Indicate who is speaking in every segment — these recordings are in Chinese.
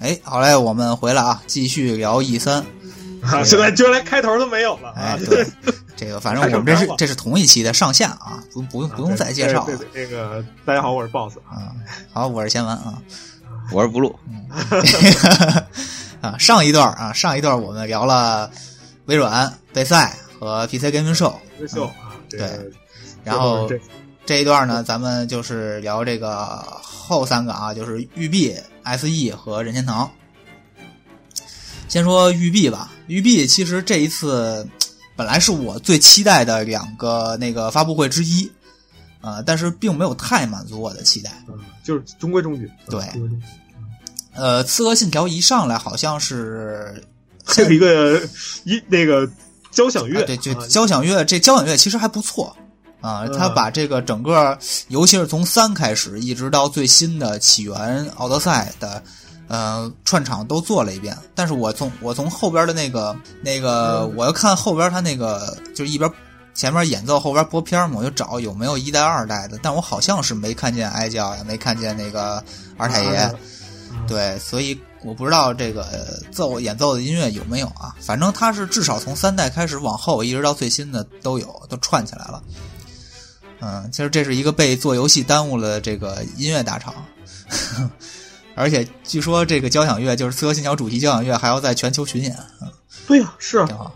Speaker 1: 哎，好嘞，我们回来啊，继续聊 E 三。
Speaker 2: 啊，现在居然连开头都没有了。啊
Speaker 1: 哎，对，这个反正我们这是这是同一期的上下啊，不不用不用再介绍
Speaker 2: 了。那个大家好，我是 boss
Speaker 1: 啊，好，我是贤文啊，
Speaker 3: 我是不露。
Speaker 1: 啊，上一段啊，上一段我们聊了微软备赛和 PC Gaming Show。
Speaker 2: Show 啊，
Speaker 1: 对，然后这一段呢，咱们就是聊这个后三个啊，就是育碧、SE E 和任天堂。先说育碧吧，育碧其实这一次本来是我最期待的两个那个发布会之一，呃，但是并没有太满足我的期待，
Speaker 2: 嗯、就是中规中矩。
Speaker 1: 对，嗯、呃，《刺客信条》一上来好像是
Speaker 2: 这有一个一那个交响乐，
Speaker 1: 啊、对，就交响乐，这交响乐其实还不错啊、呃，他把这个整个，尤其是从三开始一直到最新的《起源奥德赛》的。呃，串场都做了一遍，但是我从我从后边的那个那个，我要看后边他那个，就是一边前面演奏后边播片嘛，我就找有没有一代二代的，但我好像是没看见哀教呀，没看见那个二太爷，啊、对，所以我不知道这个呃奏演奏的音乐有没有啊，反正他是至少从三代开始往后，一直到最新的都有，都串起来了。嗯，其实这是一个被做游戏耽误了这个音乐大厂。 呵呵而且据说这个交响乐就是《刺客信条》主题交响乐，还要在全球巡演。
Speaker 2: 对呀、啊，是啊，
Speaker 1: 挺好。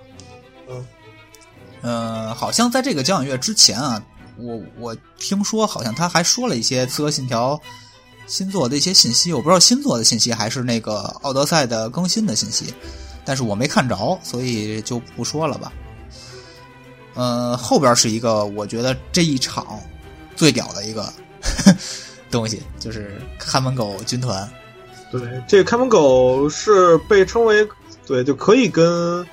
Speaker 1: 嗯，呃，好像在这个交响乐之前啊，我我听说好像他还说了一些《刺客信条》新作的一些信息，我不知道新作的信息还是那个《奥德赛》的更新的信息，但是我没看着，所以就不说了吧。呃，后边是一个我觉得这一场最屌的一个。 东西就是看门狗军团，
Speaker 2: 对，这个看门狗是被称为对，就可以跟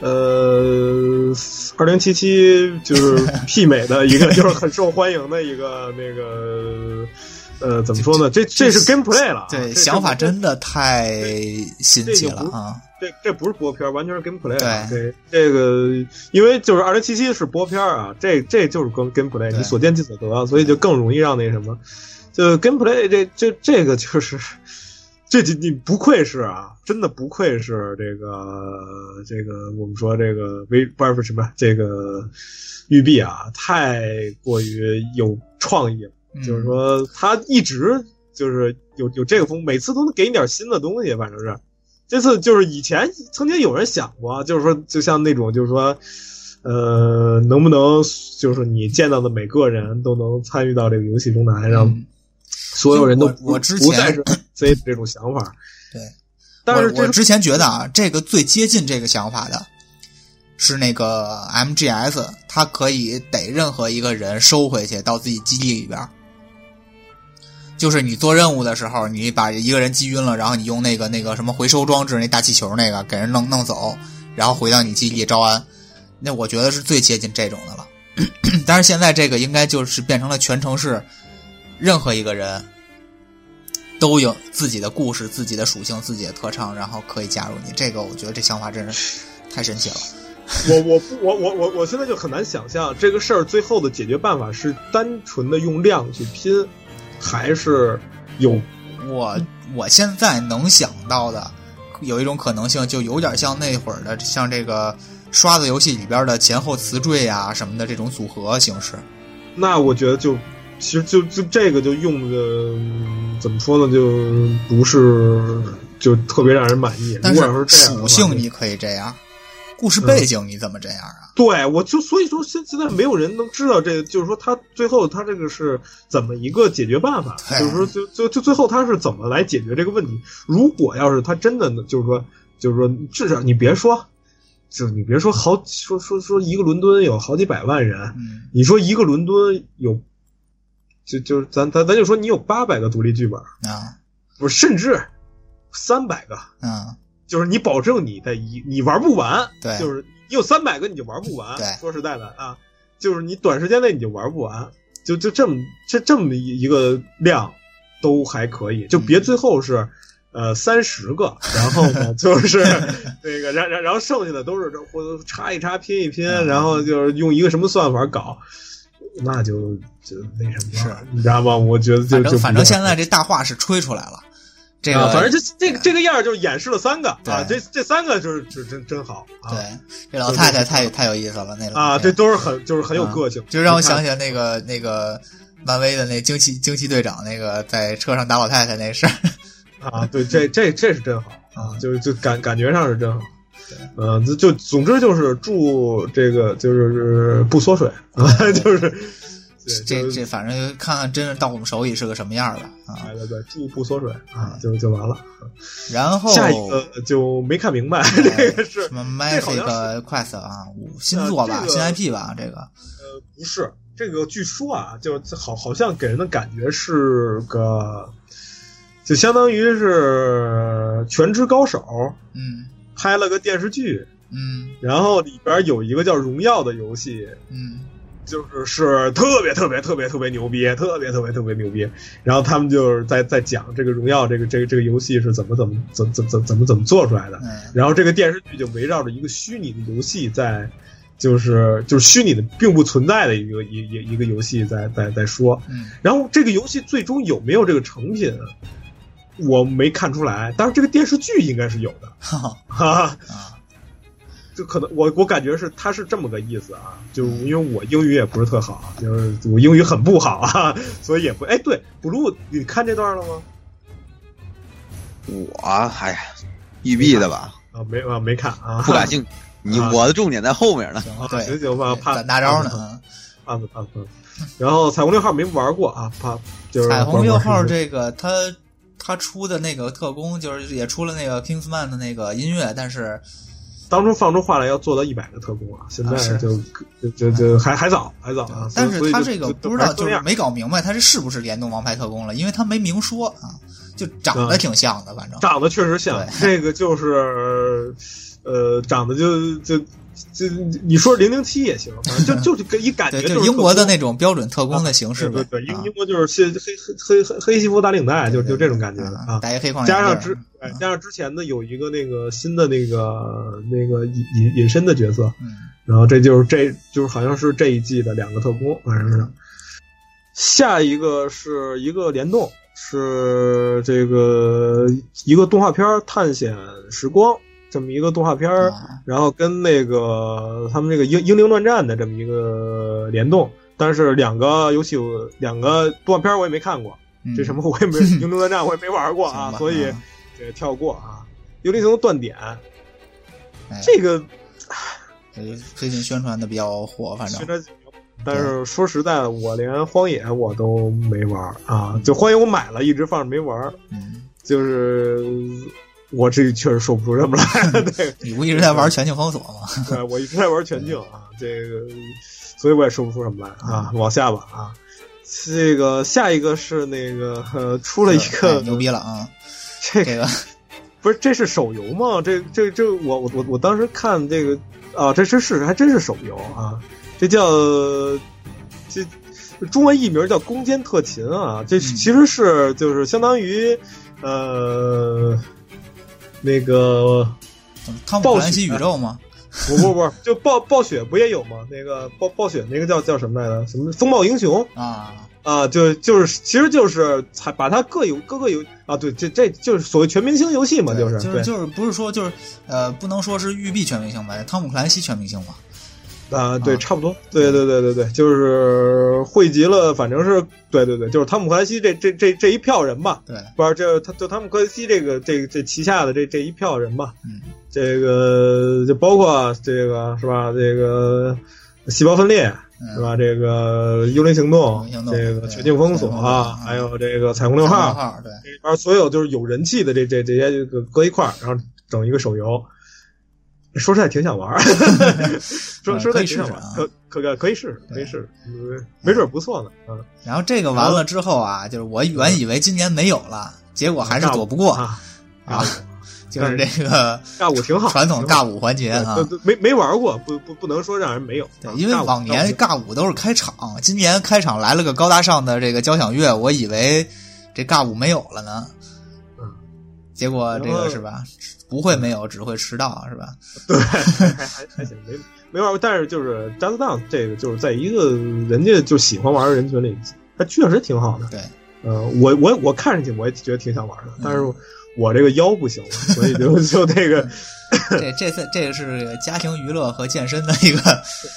Speaker 2: 呃二零七七就是媲美 的一个，就是很受欢迎的一个那个呃，怎么说呢？这这是 gameplay 了，
Speaker 1: 对，想法真的太新奇了啊！
Speaker 2: 这这不是播片，完全是 gameplay。啊
Speaker 1: 对，
Speaker 2: 这个因为就是二零七七是播片啊，这这就是跟 gameplay，你所见即所得，啊所以就更容易让那什么。就 gameplay 这这这个就是，这你不愧是啊，真的不愧是这个这个我们说这个微不是什么这个育碧啊，太过于有创意了。
Speaker 1: 嗯、
Speaker 2: 就是说他一直就是有有这个风，每次都能给你点新的东西，反正是这次就是以前曾经有人想过，就是说就像那种就是说。呃，能不能就是你见到的每个人都能参与到这个游戏中来，让、
Speaker 1: 嗯
Speaker 2: 所有人都
Speaker 1: 我之
Speaker 2: 前不 再是 Z 这种想法，
Speaker 1: 对。
Speaker 2: 但是
Speaker 1: 我之前觉得啊，这个最接近这个想法的是那个 MGS，它可以逮任何一个人收回去到自己基地里边。就是你做任务的时候，你把一个人击晕了，然后你用那个那个什么回收装置，那大气球那个给人弄弄走，然后回到你基地招安。那我觉得是最接近这种的了。 但是现在这个应该就是变成了全城市。任何一个人都有自己的故事、自己的属性、自己的特长，然后可以加入你。这个我觉得这想法真是太神奇了。
Speaker 2: 我我我我我我现在就很难想象这个事儿最后的解决办法是单纯的用量去拼，还是有
Speaker 1: 我我现在能想到的有一种可能性，就有点像那会儿的像这个刷子游戏里边的前后词缀啊什么的这种组合形式。
Speaker 2: 那我觉得就。其实就就这个就用的嗯怎么说呢，就不是就特别让人满意。
Speaker 1: 但
Speaker 2: 是属
Speaker 1: 性你可以这样，故事背景你怎么这样啊？
Speaker 2: 嗯、对，我就所以说现现在没有人能知道这个，就是说他最后他这个是怎么一个解决办法，就是说就就就最后他是怎么来解决这个问题。如果要是他真的就是说就是说至少你别说。就你别说好说说说一个伦敦有好几百万人，
Speaker 1: 嗯、
Speaker 2: 你说一个伦敦有。就就是咱咱咱就说你有八百个独立剧本
Speaker 1: 啊，
Speaker 2: 不是甚至三百个
Speaker 1: 啊，
Speaker 2: 就是你保证你的一你玩不完，
Speaker 1: 对，
Speaker 2: 就是你有三百个你就玩不完，
Speaker 1: 对，
Speaker 2: 说实在的啊，就是你短时间内你就玩不完，就就这么这这么一个量都还可以，就别最后是。
Speaker 1: 嗯
Speaker 2: 呃，三十 个，然后呢，就是那个，然然然后剩下的都是或插一插拼一拼，
Speaker 1: 嗯、
Speaker 2: 然后就是用一个什么算法搞，那就就那什么
Speaker 1: 是，
Speaker 2: 你知道吗？我觉得就
Speaker 1: 反
Speaker 2: 就
Speaker 1: 反正现在这大话是吹出来了，这个、
Speaker 2: 啊反正这这个这个样儿就是演示了三个啊，
Speaker 1: 对
Speaker 2: 这这三个就是就是真真好啊
Speaker 1: 对这老太太太太有意思了，那老
Speaker 2: 啊，
Speaker 1: 太
Speaker 2: 这
Speaker 1: 太
Speaker 2: 都是很就是很有个性，
Speaker 1: 啊就让我
Speaker 2: 你看
Speaker 1: 想起来那个那个漫威的那惊奇惊奇队长那个在车上打老太太那事儿。
Speaker 2: 啊，对，这这这是真好啊，就是就感感觉上是真好。嗯，就就总之就是祝这个就是不缩水啊， 就是对，
Speaker 1: 这
Speaker 2: 就是
Speaker 1: 这反正看看真是到我们手里是个什么样儿吧啊。
Speaker 2: 哎对对，祝不缩水啊，就就完了。
Speaker 1: 然后
Speaker 2: 下一个就没看明白， 这个是
Speaker 1: 什么
Speaker 2: 这好像
Speaker 1: Magic Quest 啊，五新作吧，
Speaker 2: 呃这
Speaker 1: 新
Speaker 2: 个
Speaker 1: IP 吧，这个
Speaker 2: 呃不是这个？据说啊，就好好像给人的感觉是个，就相当于是《全职高手》
Speaker 1: 嗯
Speaker 2: 拍了个电视剧，
Speaker 1: 嗯
Speaker 2: 然后里边有一个叫《荣耀》的游戏，
Speaker 1: 嗯
Speaker 2: 就是是特别特别特别特别牛逼，特别特别特别牛逼。然后他们就是在在讲这个荣耀这个这个这个游戏是怎么怎么怎怎怎怎么怎么做出来的。
Speaker 1: 嗯
Speaker 2: 然后这个电视剧就围绕着一个虚拟的游戏在，就是就是虚拟的并不存在的一个一一一个游戏在在在说。
Speaker 1: 嗯
Speaker 2: 然后这个游戏最终有没有这个成品，我没看出来，但是这个电视剧应该是有的，
Speaker 1: 哈哈
Speaker 2: 哈哈。
Speaker 1: 啊
Speaker 2: 就可能我我感觉是他是这么个意思啊，就是
Speaker 1: 嗯
Speaker 2: 因为我英语也不是特好，就是我英语很不好啊， 所以也不哎对，blue 你看这段了吗？
Speaker 3: 我哎呀，玉璧 的吧，
Speaker 2: 啊没啊没看啊，
Speaker 3: 不感兴趣。你
Speaker 2: 啊
Speaker 3: 我的重点在 后面呢。
Speaker 1: 行
Speaker 2: 啊行
Speaker 1: 对，
Speaker 2: 行吧，怕
Speaker 1: 攒大招呢。啊
Speaker 2: 怕死怕死。然后彩虹六号没玩过啊，怕就是
Speaker 1: 彩虹
Speaker 2: 玩
Speaker 1: 六
Speaker 2: 玩
Speaker 1: 号
Speaker 2: 是不是
Speaker 1: 这个他他出的那个特工，就是也出了那个 Kingsman 的那个音乐，但是
Speaker 2: 当初放出话来要做到一百个特工啊，现在
Speaker 1: 啊是
Speaker 2: 就就就就还还早还早啊，
Speaker 1: 但是他
Speaker 2: 他
Speaker 1: 这个不知道
Speaker 2: 就
Speaker 1: 就是
Speaker 2: 样
Speaker 1: 没搞明白他这是不是联动王牌特工了，因为他没明说啊，就长得
Speaker 2: 嗯
Speaker 1: 挺像的，反正
Speaker 2: 长得确实像， 这个就是，呃，长得就就就你说零零七也行，反正 就就给一感觉
Speaker 1: 对，
Speaker 2: 就是
Speaker 1: 就
Speaker 2: 特
Speaker 1: 英国的
Speaker 2: 工啊
Speaker 1: 那种标准特工的形式
Speaker 2: 对
Speaker 1: 呗
Speaker 2: 对对，英
Speaker 1: 啊
Speaker 2: 英国就是黑黑黑黑黑西服打领带，就
Speaker 1: 对
Speaker 2: 就这种感觉
Speaker 1: 对
Speaker 2: 的
Speaker 1: 啊
Speaker 2: 啊。
Speaker 1: 戴一黑框眼
Speaker 2: 加上
Speaker 1: 镜
Speaker 2: 之
Speaker 1: 儿
Speaker 2: 哎加上之前的有一个那个新的那个那个隐隐隐身的角色，
Speaker 1: 嗯，
Speaker 2: 然后这就是这就是好像是这一季的两个特工，反正是。下一个是一个联动，是这个一个动画片儿《探险时光》这么一个动画片儿，
Speaker 1: 啊
Speaker 2: 然后跟那个他们这个英英灵乱战的这么一个联动。但是两个游戏我两个动画片儿我也没看过，
Speaker 1: 嗯
Speaker 2: 这什么我 也没英灵乱战我也没玩过啊
Speaker 1: 行，吧
Speaker 2: 所以
Speaker 1: 啊
Speaker 2: 这跳过啊。幽灵行动断点
Speaker 1: 哎，
Speaker 2: 这个
Speaker 1: 呃最近宣传的比较火，反正
Speaker 2: 宣传但是说实在的，我连荒野我都没玩儿啊，就荒野我买了，一直放着没玩儿，
Speaker 1: 嗯，
Speaker 2: 就是我这确实说不出什么 来。对，
Speaker 1: 你不一直在玩《全境封锁》吗？
Speaker 2: 对我一直在玩全境啊，这个，所以我也说不出什么来啊。
Speaker 1: 嗯
Speaker 2: 往下吧啊，这个下一个是那个、呃、出了一
Speaker 1: 哎
Speaker 2: 个
Speaker 1: 牛逼了啊！
Speaker 2: 这个
Speaker 1: 这个
Speaker 2: 不是这是手游吗？这这这我我我我当时看这个啊，这真是还真是手游啊，这叫这中文译名叫《攻坚特勤》啊，这
Speaker 1: 嗯
Speaker 2: 其实是就是相当于呃那个
Speaker 1: 怎么汤姆·克兰西宇宙吗？
Speaker 2: 不不不，就暴暴雪不也有吗？那个暴暴雪那个叫叫什么来着？什么风暴英雄
Speaker 1: 啊，
Speaker 2: 啊？就就是其实就是才把它各有各个游啊，对，这这就是所谓全明星游戏嘛，
Speaker 1: 对
Speaker 2: 就是
Speaker 1: 就
Speaker 2: 对
Speaker 1: 是就是不是说就是呃，不能说是育碧全明星吧，汤姆·克兰西全明星吧？
Speaker 2: 啊，对，
Speaker 1: 啊
Speaker 2: 差不多，对对对对对，就是汇集了，反正是对对对，就是汤姆克兰西这这这这一票人吧，
Speaker 1: 对，
Speaker 2: 不是，这他就汤姆克兰西这个这这旗下的这这一票人吧，
Speaker 1: 嗯
Speaker 2: 这个就包括这个是吧，这个细胞分裂是
Speaker 1: 嗯，
Speaker 2: 吧，这个幽灵行动
Speaker 1: 幽灵行，动
Speaker 2: 这个
Speaker 1: 对
Speaker 2: 全境封锁
Speaker 1: 全境封锁
Speaker 2: 啊，还有这个彩虹六
Speaker 1: 六
Speaker 2: 号，
Speaker 1: 号对，
Speaker 2: 这里边所有就是有人气的这这这些就搁一块儿，然后整一个手游。说实在挺想玩 儿，
Speaker 1: 嗯
Speaker 2: 说说实在挺想玩
Speaker 1: 啊
Speaker 2: 儿，可可可可以试试，可以试试，嗯没准儿不错呢。嗯
Speaker 1: 然后这个完了之后啊，就是我原以为今年没有了，结果还是躲不过，
Speaker 2: 啊
Speaker 1: 啊就是这个
Speaker 2: 尬舞挺好，
Speaker 1: 传统尬舞环节
Speaker 2: 挺
Speaker 1: 啊
Speaker 2: 好。对，对对没没玩过，不不不能说让人没有。
Speaker 1: 对
Speaker 2: 啊，
Speaker 1: 因为
Speaker 2: 尬舞
Speaker 1: 往年
Speaker 2: 尬
Speaker 1: 尬舞都是开场，今年开场来了个高大上的这个交响乐，我以为这尬舞没有了呢。
Speaker 2: 嗯，
Speaker 1: 结果这
Speaker 2: 然
Speaker 1: 个
Speaker 2: 后
Speaker 1: 是吧？不会没有，只会迟到是吧？
Speaker 2: 舞还还还行，没 没玩过，但是就是 Just Dance 这个，就是在一个人家就喜欢玩的人群里，它确实挺好的。
Speaker 1: 对，
Speaker 2: 呃，我我我看上去我也觉得挺想玩的，但
Speaker 1: 嗯
Speaker 2: 是我这个腰不行了，所以 就就那个
Speaker 1: 这这次这个是家庭娱乐和健身的一个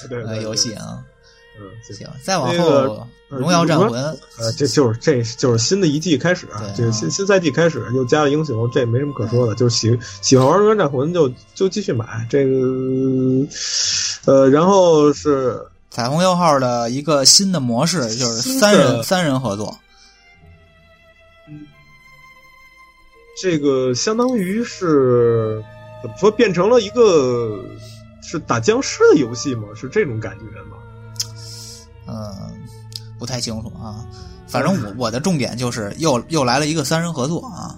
Speaker 2: 对
Speaker 1: 呃
Speaker 2: 对
Speaker 1: 游戏，啊。
Speaker 2: 对嗯，行
Speaker 1: 行，再往
Speaker 2: 那个
Speaker 1: 后，荣耀战魂，
Speaker 2: 呃，这就是这就是新的一季开始
Speaker 1: 对
Speaker 2: 啊
Speaker 1: 啊，嗯
Speaker 2: 这个新新赛季开始又加了英雄，这没什么可说的，就是喜喜欢玩《荣耀战魂》就就继续买这个，呃，然后是
Speaker 1: 彩虹六号的一个新的模式就是
Speaker 2: 新的
Speaker 1: 三人三人合作，
Speaker 2: 这个相当于是怎么说，变成了一个是打僵尸的游戏吗？是这种感觉吗？
Speaker 1: 嗯，不太清楚啊。反正我我的重点就是又又来了一个三人合作啊。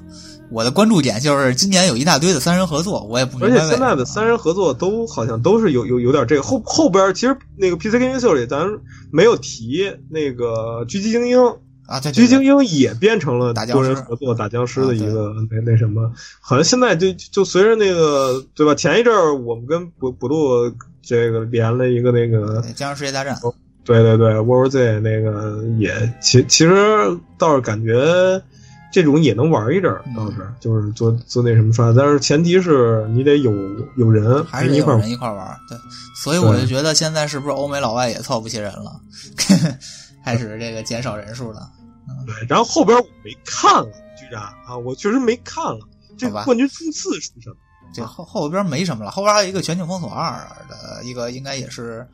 Speaker 1: 我的关注点就是今年有一大堆的三人合作，我也不明
Speaker 2: 而
Speaker 1: 白
Speaker 2: 且
Speaker 1: 为
Speaker 2: 现在的
Speaker 1: 什么
Speaker 2: 三人合作都好像都是有有有点这个后后边儿，其实那个 PC 跟 Q 里咱没有提那个狙击精英，
Speaker 1: 啊，对
Speaker 2: 狙击
Speaker 1: 对
Speaker 2: 精
Speaker 1: 对，
Speaker 2: 英也变成了
Speaker 1: 打僵
Speaker 2: 多人
Speaker 1: 尸啊
Speaker 2: 合作打僵尸的一个那那什么，好像现在就就随着那个对吧？前一阵儿我们跟补补录这个连了一个那个，
Speaker 1: 僵尸世界大战，
Speaker 2: 对对对，World Z 那个也其其实倒是感觉。这种也能玩一阵儿，
Speaker 1: 嗯
Speaker 2: 倒是就是做做那什么刷，但是前提是你得有有人
Speaker 1: 还
Speaker 2: 陪
Speaker 1: 是
Speaker 2: 你一
Speaker 1: 有
Speaker 2: 块儿玩
Speaker 1: 人一块玩儿，对，所以我
Speaker 2: 对
Speaker 1: 就觉得现在是不是欧美老外也凑不齐人了， 开始这个减少人数了。
Speaker 2: 对，然后后边我没看了，居然啊，我确实没看了。这
Speaker 1: 好吧
Speaker 2: 个冠军冲刺是什么？
Speaker 1: 这后后边没什么了，后边还有一个《全境封锁二》的一个，应该也是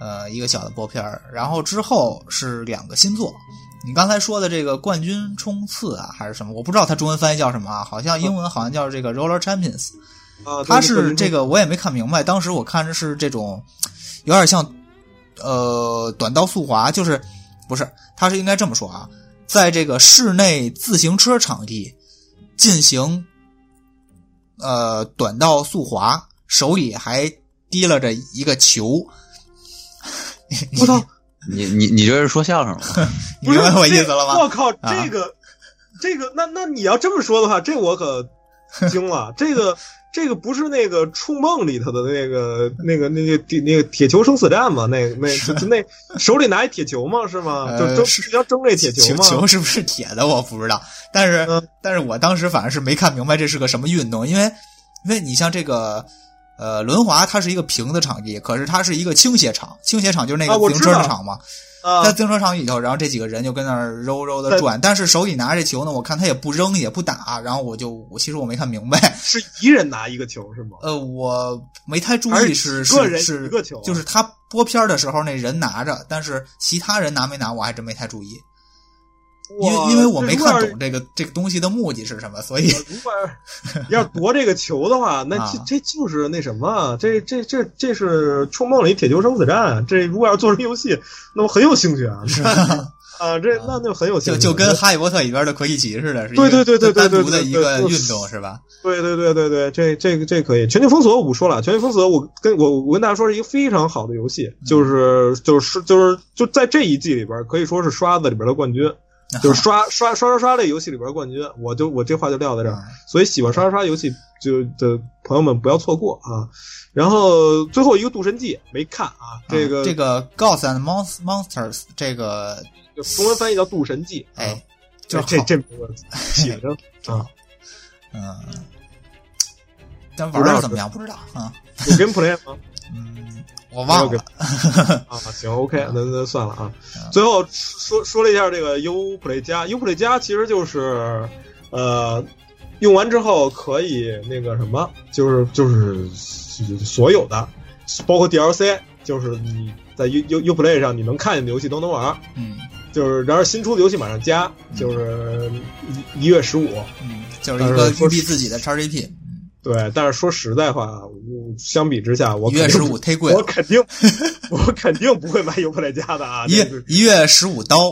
Speaker 1: 呃一个小的播片儿然后之后是两个新作。你刚才说的这个冠军冲刺啊，还是什么？我不知道它中文翻译叫什么啊，好像英文好像叫这个 Roller Champions。
Speaker 2: 啊，
Speaker 1: 它
Speaker 2: 对
Speaker 1: 是
Speaker 2: 冠军冲
Speaker 1: 这个我也没看明白，当时我看着是这种，有点像，呃，短道速滑，就是不是？它是应该这么说啊，在这个室内自行车场地进行，呃，短道速滑，手里还提拉着一个球。
Speaker 2: 我操，
Speaker 3: 你你你这是说相声吗？
Speaker 1: 你明白我意思了
Speaker 2: 这
Speaker 1: 吗？
Speaker 2: 我靠，
Speaker 1: 啊
Speaker 2: 这个，这个，那那你要这么说的话，这 我可惊了。这个，这个不是那个《触梦》里头的那个、那个、那个、那个、那个铁球生死战吗？那、那、就就那手里拿一铁球吗？是吗？
Speaker 1: 呃
Speaker 2: 就争
Speaker 1: 是
Speaker 2: 要争这铁
Speaker 1: 球
Speaker 2: 吗？
Speaker 1: 球是不是铁的我不知道，但是、
Speaker 2: 嗯
Speaker 1: 但是我当时反正是没看明白这是个什么运动，因为因为你像这个呃轮滑，它是一个平的场地，可是它是一个倾斜场，倾斜场就是那
Speaker 2: 啊
Speaker 1: 个
Speaker 2: 我
Speaker 1: 自行
Speaker 2: 知
Speaker 1: 车
Speaker 2: 道
Speaker 1: 的场嘛，
Speaker 2: 啊
Speaker 1: 在自行车场里头，然后这几个人就跟那儿揉揉的
Speaker 2: 在
Speaker 1: 转，但是手里拿着球呢，我看他也不扔也不打，然后我就我其实我没看明白，
Speaker 2: 是一人拿一个球是吗？
Speaker 1: 呃，我没太注
Speaker 2: 还
Speaker 1: 意
Speaker 2: 是
Speaker 1: 是
Speaker 2: 几个
Speaker 1: 是
Speaker 2: 人
Speaker 1: 是
Speaker 2: 一个球啊
Speaker 1: 就是他播片儿的时候那人拿着，但是其他人拿没拿我还真没太注意。因
Speaker 2: 哇
Speaker 1: 为因为我没
Speaker 2: 这如果
Speaker 1: 看
Speaker 2: 要是
Speaker 1: 懂这个这个东西的目的是什么，所以
Speaker 2: 如果要是夺这个球的话，那这
Speaker 1: 啊
Speaker 2: 这就是那什么，啊这这这这是《冲梦》里铁球生死战。这如果要是做成游戏，那我很有 兴趣啊，是吧？啊，这那就很有兴
Speaker 1: 就
Speaker 2: 趣，
Speaker 1: 就跟《哈利波特》里边的魁地奇似的，是一
Speaker 2: 对
Speaker 1: 个
Speaker 2: 对对对对
Speaker 1: 单
Speaker 2: 对
Speaker 1: 独的
Speaker 2: 对
Speaker 1: 一
Speaker 2: 对
Speaker 1: 个
Speaker 2: 就
Speaker 1: 运
Speaker 2: 是
Speaker 1: 动是吧？
Speaker 2: 对对对对对，这这个这可以。全境封锁我不说了，全境封锁我跟我我跟大家说是一个非常好的游戏，就是就是就是就在这一季里边可以说是刷子里边的冠军，
Speaker 1: 啊
Speaker 2: 就是刷刷刷刷刷类游戏里边的冠军。我就我这话就撂在这儿
Speaker 1: 嗯，
Speaker 2: 所以喜欢刷刷刷游戏就的朋友们不要错过啊。然后最后一个《渡神记》没看啊，这个、
Speaker 1: 啊这个《Gods and Mons- Monsters》这个
Speaker 2: 中文翻译叫《渡神记》啊，
Speaker 1: 哎，就
Speaker 2: 这
Speaker 1: 好
Speaker 2: 这名字起的啊。
Speaker 1: 嗯，但玩的怎么样不知道啊，
Speaker 2: 有 gameplay 吗？
Speaker 1: 嗯，我忘
Speaker 2: 没有
Speaker 1: 了
Speaker 2: 给。 啊，行，OK，那那算了啊
Speaker 1: 嗯。
Speaker 2: 最后说说了一下这个 U Play 加，U Play 加其实就是，呃，用完之后可以那个什么，就是就是所有的，包括 DLC，就是你在 U U U Play 上你能看见的游戏都能玩儿。
Speaker 1: 嗯
Speaker 2: 就是，然而新出的游戏马上加，就是一一月十五。
Speaker 1: 嗯，就是一个
Speaker 2: 但是
Speaker 1: 育
Speaker 2: 说
Speaker 1: 碧
Speaker 2: 是
Speaker 1: 自己的 XGP，
Speaker 2: 对，但是说实在话，啊我相比之下，我
Speaker 1: 一月
Speaker 2: 肯
Speaker 1: 十
Speaker 2: 定
Speaker 1: 五忒贵
Speaker 2: 我
Speaker 1: 了，
Speaker 2: 肯定我肯定不会买 U Play 加的啊。
Speaker 1: 一
Speaker 2: 这个
Speaker 1: 一月十五刀，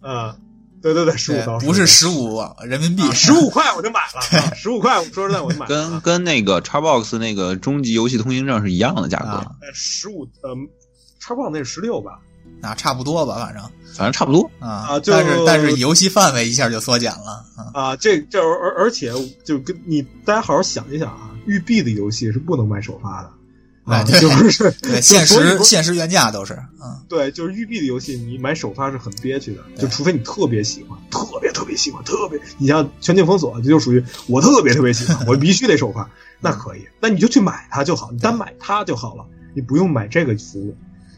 Speaker 2: 啊，对对对，十五
Speaker 1: 对
Speaker 2: 刀，啊
Speaker 1: 不是十五人民币，
Speaker 2: 十五块我就买了，啊十五块，我说实在我就买
Speaker 3: 跟
Speaker 2: 了，啊
Speaker 3: 跟那个 Xbox 那个终极游戏通行证是一样的价格，
Speaker 1: 啊
Speaker 2: 十五呃，叉 box 那是十六吧？
Speaker 1: 啊，差不多吧，反正。
Speaker 3: 反正差不多。
Speaker 1: 啊
Speaker 2: 啊就
Speaker 1: 但是但是游戏范围一下就缩减了啊，
Speaker 2: 啊，这这而而而且就跟你大家好好想一想啊，育碧的游戏是不能卖首发的，啊，
Speaker 1: 对
Speaker 2: 就是
Speaker 1: 对，限
Speaker 2: 所以
Speaker 1: 时
Speaker 2: 说
Speaker 1: 限时原价都是，嗯，
Speaker 2: 对，就是育碧的游戏，你买首发是很憋屈的，
Speaker 1: 对
Speaker 2: 就除非你特别喜欢，特别特别喜欢，特别，你像《全境封锁》，这就属于我特别特别喜欢，我必须得首 发，那可以，那你就去买它就好，你单买它就好了，你不用买这个服务。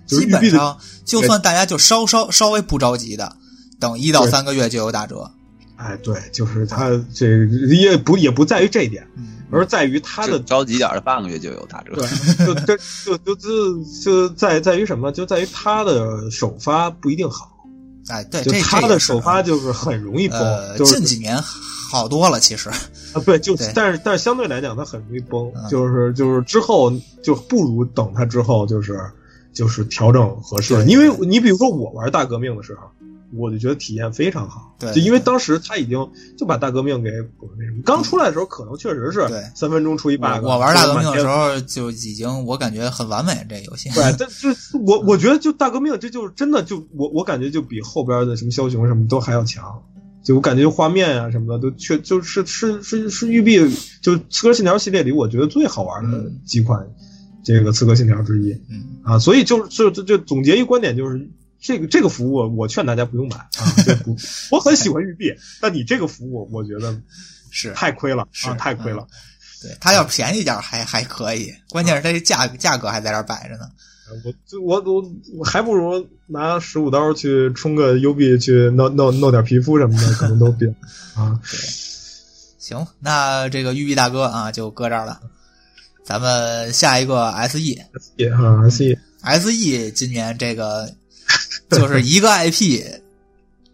Speaker 2: 就是
Speaker 1: 基
Speaker 2: 育碧
Speaker 1: 本
Speaker 2: 的，
Speaker 1: 上就算大家就稍稍稍微不着急的，等一到
Speaker 2: 对
Speaker 1: 三个月就有打折，
Speaker 2: 哎，对，就是它这也不也不在于这一点，
Speaker 1: 嗯，
Speaker 2: 而在于它的
Speaker 3: 就着急点儿，半个月就有打折。
Speaker 1: 哎
Speaker 2: 对，就这就就就就在在于什么？就在于它的首发不一定好，
Speaker 1: 哎，对，
Speaker 2: 就
Speaker 1: 这
Speaker 2: 它
Speaker 1: 这
Speaker 2: 的
Speaker 1: 个是
Speaker 2: 首发就是很容易崩，
Speaker 1: 呃，
Speaker 2: 就是
Speaker 1: 近几年好多了，其实，
Speaker 2: 啊，对，就
Speaker 1: 对
Speaker 2: 但是但是相对来讲，它很容易崩，
Speaker 1: 嗯
Speaker 2: 就是就是之后就不如等它之后就是就是调整合适，
Speaker 1: 对
Speaker 2: 因为你比如说我玩大革命的时候。我就觉得体验非常好，
Speaker 1: 对嗯
Speaker 2: 就因为当时他已经就把大革命给那什么，刚出来的时候可能确实是
Speaker 1: 对
Speaker 2: 三分钟出一 bug，
Speaker 1: 我我玩大革命的时
Speaker 2: 候，
Speaker 1: 候就已经我感觉很完美这游戏，
Speaker 2: 对，但就是我我觉得就大革命这就是真的就我我感觉就比后边的什么枭雄什么都还要强，就我感觉画面啊什么的都确就是是是是育碧就《刺客信条》系列里我觉得最好玩的几款这个《刺客信条》之一
Speaker 1: 嗯，
Speaker 2: 啊，所以就是就就就总结一观点就是。这个这个服务，我劝大家不用买啊！这不，我很喜欢育碧，但你这个服务，我觉得
Speaker 1: 是
Speaker 2: 太亏了
Speaker 1: 是
Speaker 2: 啊，太亏了！
Speaker 1: 对，它要便宜点儿还还可以，关键是它这价价格还在这儿摆着呢。
Speaker 2: 我就我我我还不如拿十五刀去充个 U 币去弄弄弄点皮肤什么的，可能都比啊，
Speaker 1: 行，那这个玉碧大哥啊，就搁这儿了。咱们下一个 SE，SE
Speaker 2: 也啊是也
Speaker 1: SE 今年这个就是一个 IP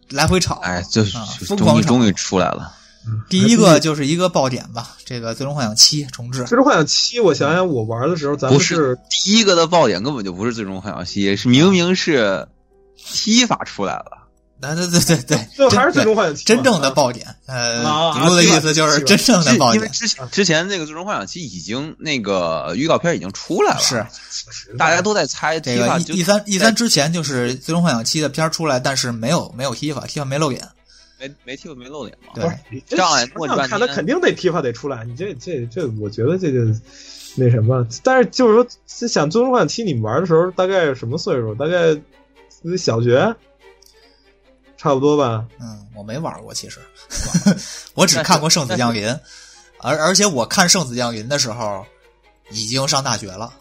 Speaker 1: 来回炒，
Speaker 3: 哎，这
Speaker 1: 啊
Speaker 3: 是
Speaker 1: 疯狂
Speaker 3: 终于
Speaker 1: 炒
Speaker 3: 终于出来了，
Speaker 2: 嗯
Speaker 1: 第一个就是一个爆点吧，这个《最终幻想七》重置
Speaker 2: 《最终幻想七》，我想想我玩的时候，咱们
Speaker 3: 不是第一个的爆点根本就不是最终幻想七，是明明是踢法出来了，
Speaker 1: 啊，对对对 对，
Speaker 2: 这
Speaker 1: 真
Speaker 2: 还是《最终幻想七》
Speaker 1: 真正的
Speaker 2: 爆，
Speaker 1: 爆点。呃
Speaker 2: 啊，
Speaker 1: 竹子的意思就是真正的
Speaker 3: 是
Speaker 1: 爆
Speaker 3: 因为
Speaker 1: 点，
Speaker 3: 之前之前那个最终幻想七已经那个预告片已经出来了，
Speaker 1: 是
Speaker 2: 啊
Speaker 3: 大家都在猜
Speaker 1: 这
Speaker 3: 踢
Speaker 1: 个
Speaker 3: 法
Speaker 1: 一
Speaker 3: 就
Speaker 1: 一三一三之前就是《最终幻想七》的片儿出来，但是没有没有踢法，踢法没露脸。
Speaker 3: 没没踢过没露脸嘛，
Speaker 1: 对
Speaker 2: 不是你这
Speaker 3: 障碍
Speaker 2: 想
Speaker 3: 磨叽半
Speaker 2: 想看他
Speaker 3: 天
Speaker 2: 肯定得提法得出来，你这这这，我觉得这个那什么，但是就是说是想《最终幻想七》，你们玩的时候大概什么岁数？大概小学，差不多吧。
Speaker 1: 嗯，我没玩过，其实 我只看过《圣子降临》，而而且我看《圣子降临》的时候已经上大学了。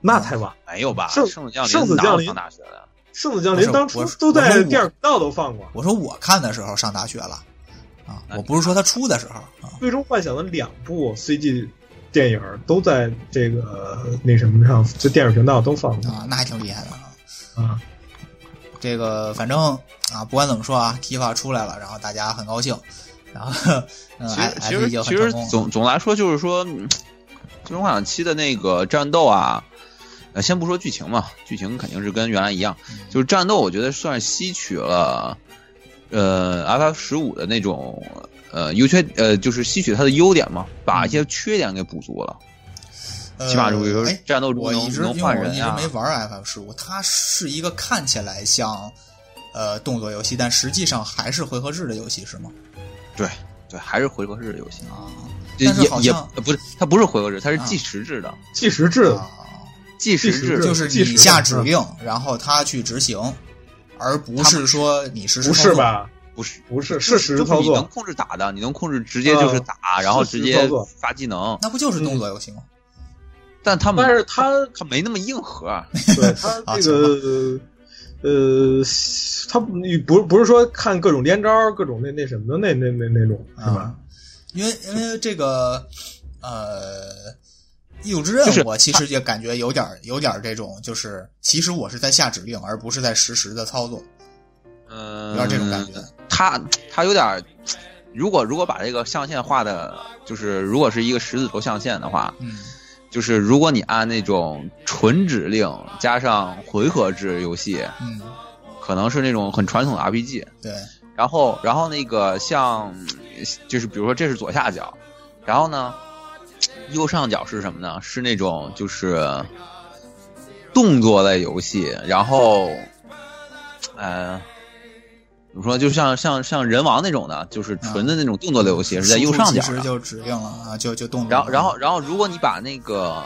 Speaker 2: 那太晚了。
Speaker 3: 没有吧？
Speaker 2: 圣
Speaker 3: 圣子降临
Speaker 2: 圣子
Speaker 3: 哪
Speaker 2: 降
Speaker 3: 有
Speaker 2: 临
Speaker 3: 上大学的？
Speaker 2: 圣子降
Speaker 1: 不
Speaker 2: 临
Speaker 1: 是
Speaker 2: 当
Speaker 1: 我
Speaker 2: 初
Speaker 1: 是
Speaker 2: 都
Speaker 1: 我说
Speaker 2: 在
Speaker 1: 我
Speaker 2: 电视频道都放过，《
Speaker 1: 我说我看的时候上大学了啊，
Speaker 3: 那
Speaker 1: 我
Speaker 3: 你
Speaker 1: 不是说他出的时候啊，
Speaker 2: 最终幻想的两部 CG 电影都在这个呃那什么上，就电视频道都放过
Speaker 1: 啊，那还挺厉害的啊。
Speaker 2: 啊。
Speaker 1: 这个反正啊，不管怎么说啊，踢法出来了，然后大家很高兴，然后嗯
Speaker 3: 其实
Speaker 1: ，S 已
Speaker 3: 其实
Speaker 1: 经
Speaker 3: 其
Speaker 1: 很
Speaker 3: 实
Speaker 1: 成功了。
Speaker 3: 总总来说就是说，嗯最终幻想七的那个战斗啊，呃，先不说剧情嘛，剧情肯定是跟原来一样，
Speaker 1: 嗯
Speaker 3: 就是战斗，我觉得算是吸取了，呃，FF 十五的那种呃优缺呃，就是吸取它的优点嘛，把一些缺点给补足了。起
Speaker 1: 嗯
Speaker 3: 码
Speaker 1: 呃
Speaker 3: 如果说
Speaker 1: 哎
Speaker 3: 战斗中
Speaker 1: 我一
Speaker 3: 能
Speaker 1: 直
Speaker 3: 能
Speaker 1: 因为
Speaker 3: 换
Speaker 1: 我
Speaker 3: 人
Speaker 1: 一直
Speaker 3: 啊
Speaker 1: 没，玩 FF 十五，它是一个看起来像呃动作游戏，但实际上还是回合制的游戏，是吗？
Speaker 3: 对对，还是回合制的游戏
Speaker 1: 啊，
Speaker 3: 啊，也
Speaker 1: 但是好
Speaker 3: 也
Speaker 1: 像
Speaker 3: 呃不是它不是回合制，它是
Speaker 1: 啊
Speaker 3: 计时制的，
Speaker 2: 计时制的，
Speaker 1: 啊
Speaker 3: 计时
Speaker 2: 计时制嗯
Speaker 3: 的
Speaker 1: 就是你下指令，然后他去执行，而不是说你实时
Speaker 2: 不
Speaker 1: 操作
Speaker 2: 是？吧？
Speaker 3: 不是。
Speaker 2: 不是，
Speaker 3: 就
Speaker 2: 实
Speaker 3: 是
Speaker 2: 时
Speaker 3: 就是
Speaker 2: 操
Speaker 3: 你能
Speaker 2: 作。啊
Speaker 3: 控制打的，你能控制直接就是打，然后
Speaker 2: 实
Speaker 3: 直
Speaker 2: 时
Speaker 3: 接
Speaker 2: 操作
Speaker 3: 发技能。
Speaker 1: 那不就是
Speaker 3: 嗯
Speaker 1: 动作游戏吗？
Speaker 3: 但他们
Speaker 2: 但是它
Speaker 3: 他没那么硬核，啊
Speaker 2: 对
Speaker 1: 啊
Speaker 2: 它这个呃，它你不不是说看各种连招、各种那那什么的那那那那种是吧
Speaker 1: 啊？，因为因为这个呃，《异度之刃
Speaker 3: 就是》
Speaker 1: 我其实也感觉有点儿有点儿这种，就是其实我是在下指令，而不是在实时的操作，
Speaker 3: 嗯，
Speaker 1: 有点这种感觉。
Speaker 3: 他他有点儿，如果如果把这个象限画的，就是如果是一个十字轴象限的话，
Speaker 1: 嗯，
Speaker 3: 就是如果你按那种纯指令加上回合制游戏，
Speaker 1: 嗯，
Speaker 3: 可能是那种很传统的 RPG。
Speaker 1: 对，
Speaker 3: 然后然后那个像，嗯就是比如说这是左下角，然后呢，右上角是什么呢？是那种就是动作类游戏，然后，呃。怎么说？就像像像人王那种的，就是纯的那种动作类游戏，是在右上角
Speaker 1: 嗯输出其
Speaker 3: 的
Speaker 1: 实。就指令了啊，就就动作。
Speaker 3: 然后，然后，然后，如果你把那个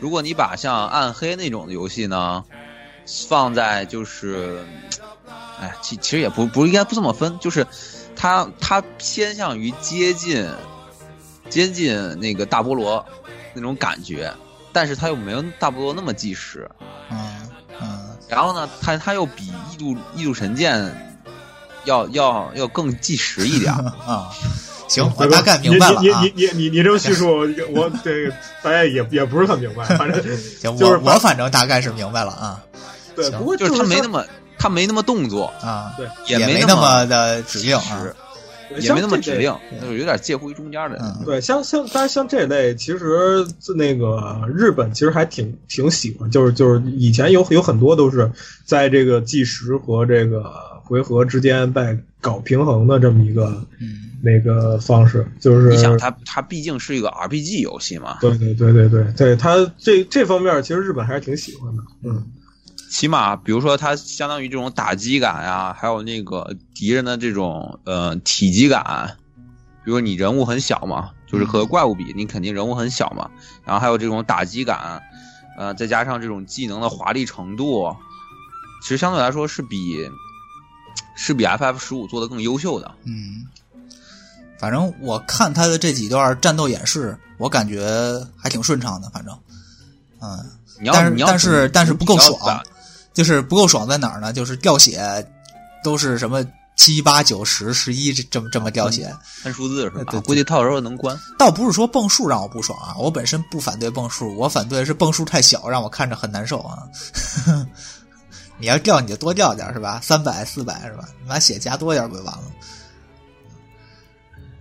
Speaker 3: 如果你把像暗黑那种的游戏呢，放在就是，哎，其其实也不不应该不这么分，就是它它偏向于接近接近那个大菠萝那种感觉，但是它又没有大菠萝那么计时。
Speaker 1: 嗯嗯
Speaker 3: 然后呢，它它又比异度异度神剑要要要更计时一 点儿。
Speaker 1: 啊，行，我大概明白了
Speaker 2: 嗯你
Speaker 1: 啊
Speaker 2: 你。你你你你这种叙述，我这个大家也也不是很明白，反正
Speaker 1: 行，
Speaker 2: 就是
Speaker 1: 我我反正大概是明白了啊
Speaker 2: 对，
Speaker 1: 行
Speaker 2: 不过
Speaker 3: 就是
Speaker 2: 是
Speaker 3: 他没那么他没那么动作，
Speaker 1: 啊，
Speaker 2: 对，
Speaker 1: 也
Speaker 3: 没
Speaker 1: 那
Speaker 3: 么
Speaker 1: 么的指令
Speaker 3: 其
Speaker 1: 啊，
Speaker 3: 实也
Speaker 2: 像
Speaker 3: 没那么
Speaker 2: 这
Speaker 3: 指
Speaker 2: 类
Speaker 3: 令，
Speaker 1: 对
Speaker 3: 就是有点介乎于中间的。
Speaker 1: 嗯
Speaker 2: 对，像像当然像这类，其实自那个日本其实还挺挺喜欢，就是就是以前有有很多都是在这个计时和这个回合之间在搞平衡的这么一个
Speaker 1: 嗯
Speaker 2: 那个方式，就是
Speaker 3: 你想，它它毕竟是一个 RPG 游戏嘛，
Speaker 2: 对对对对对对，他这这方面其实日本还是挺喜欢的，嗯，
Speaker 3: 起码比如说它相当于这种打击感啊，还有那个敌人的这种呃体积感，比如你人物很小嘛，就是
Speaker 1: 嗯
Speaker 3: 和怪物比，你肯定人物很小嘛，然后还有这种打击感，呃，再加上这种技能的华丽程度，其实相对来说是比是比 FF 十五做的更优秀的。
Speaker 1: 嗯。反正我看他的这几段战斗演示，我感觉还挺顺畅的。反正，嗯，
Speaker 3: 你要
Speaker 1: 但是
Speaker 3: 你要
Speaker 1: 但是但是不够
Speaker 3: 你要
Speaker 1: 爽
Speaker 3: 攒
Speaker 1: 就是不够爽在哪儿呢？就是掉血，都是什么七八九十十一这这么这么
Speaker 3: 嗯
Speaker 1: 掉血，
Speaker 3: 看数字是吧？
Speaker 1: 对对
Speaker 3: 估计到时候能关。
Speaker 1: 倒不是说蹦数让我不爽啊，我本身不反对蹦数，我反对是蹦数太小，让我看着很难受啊。你要掉你就多掉点儿是吧？三百四百是吧？你把血加多点儿不就完了？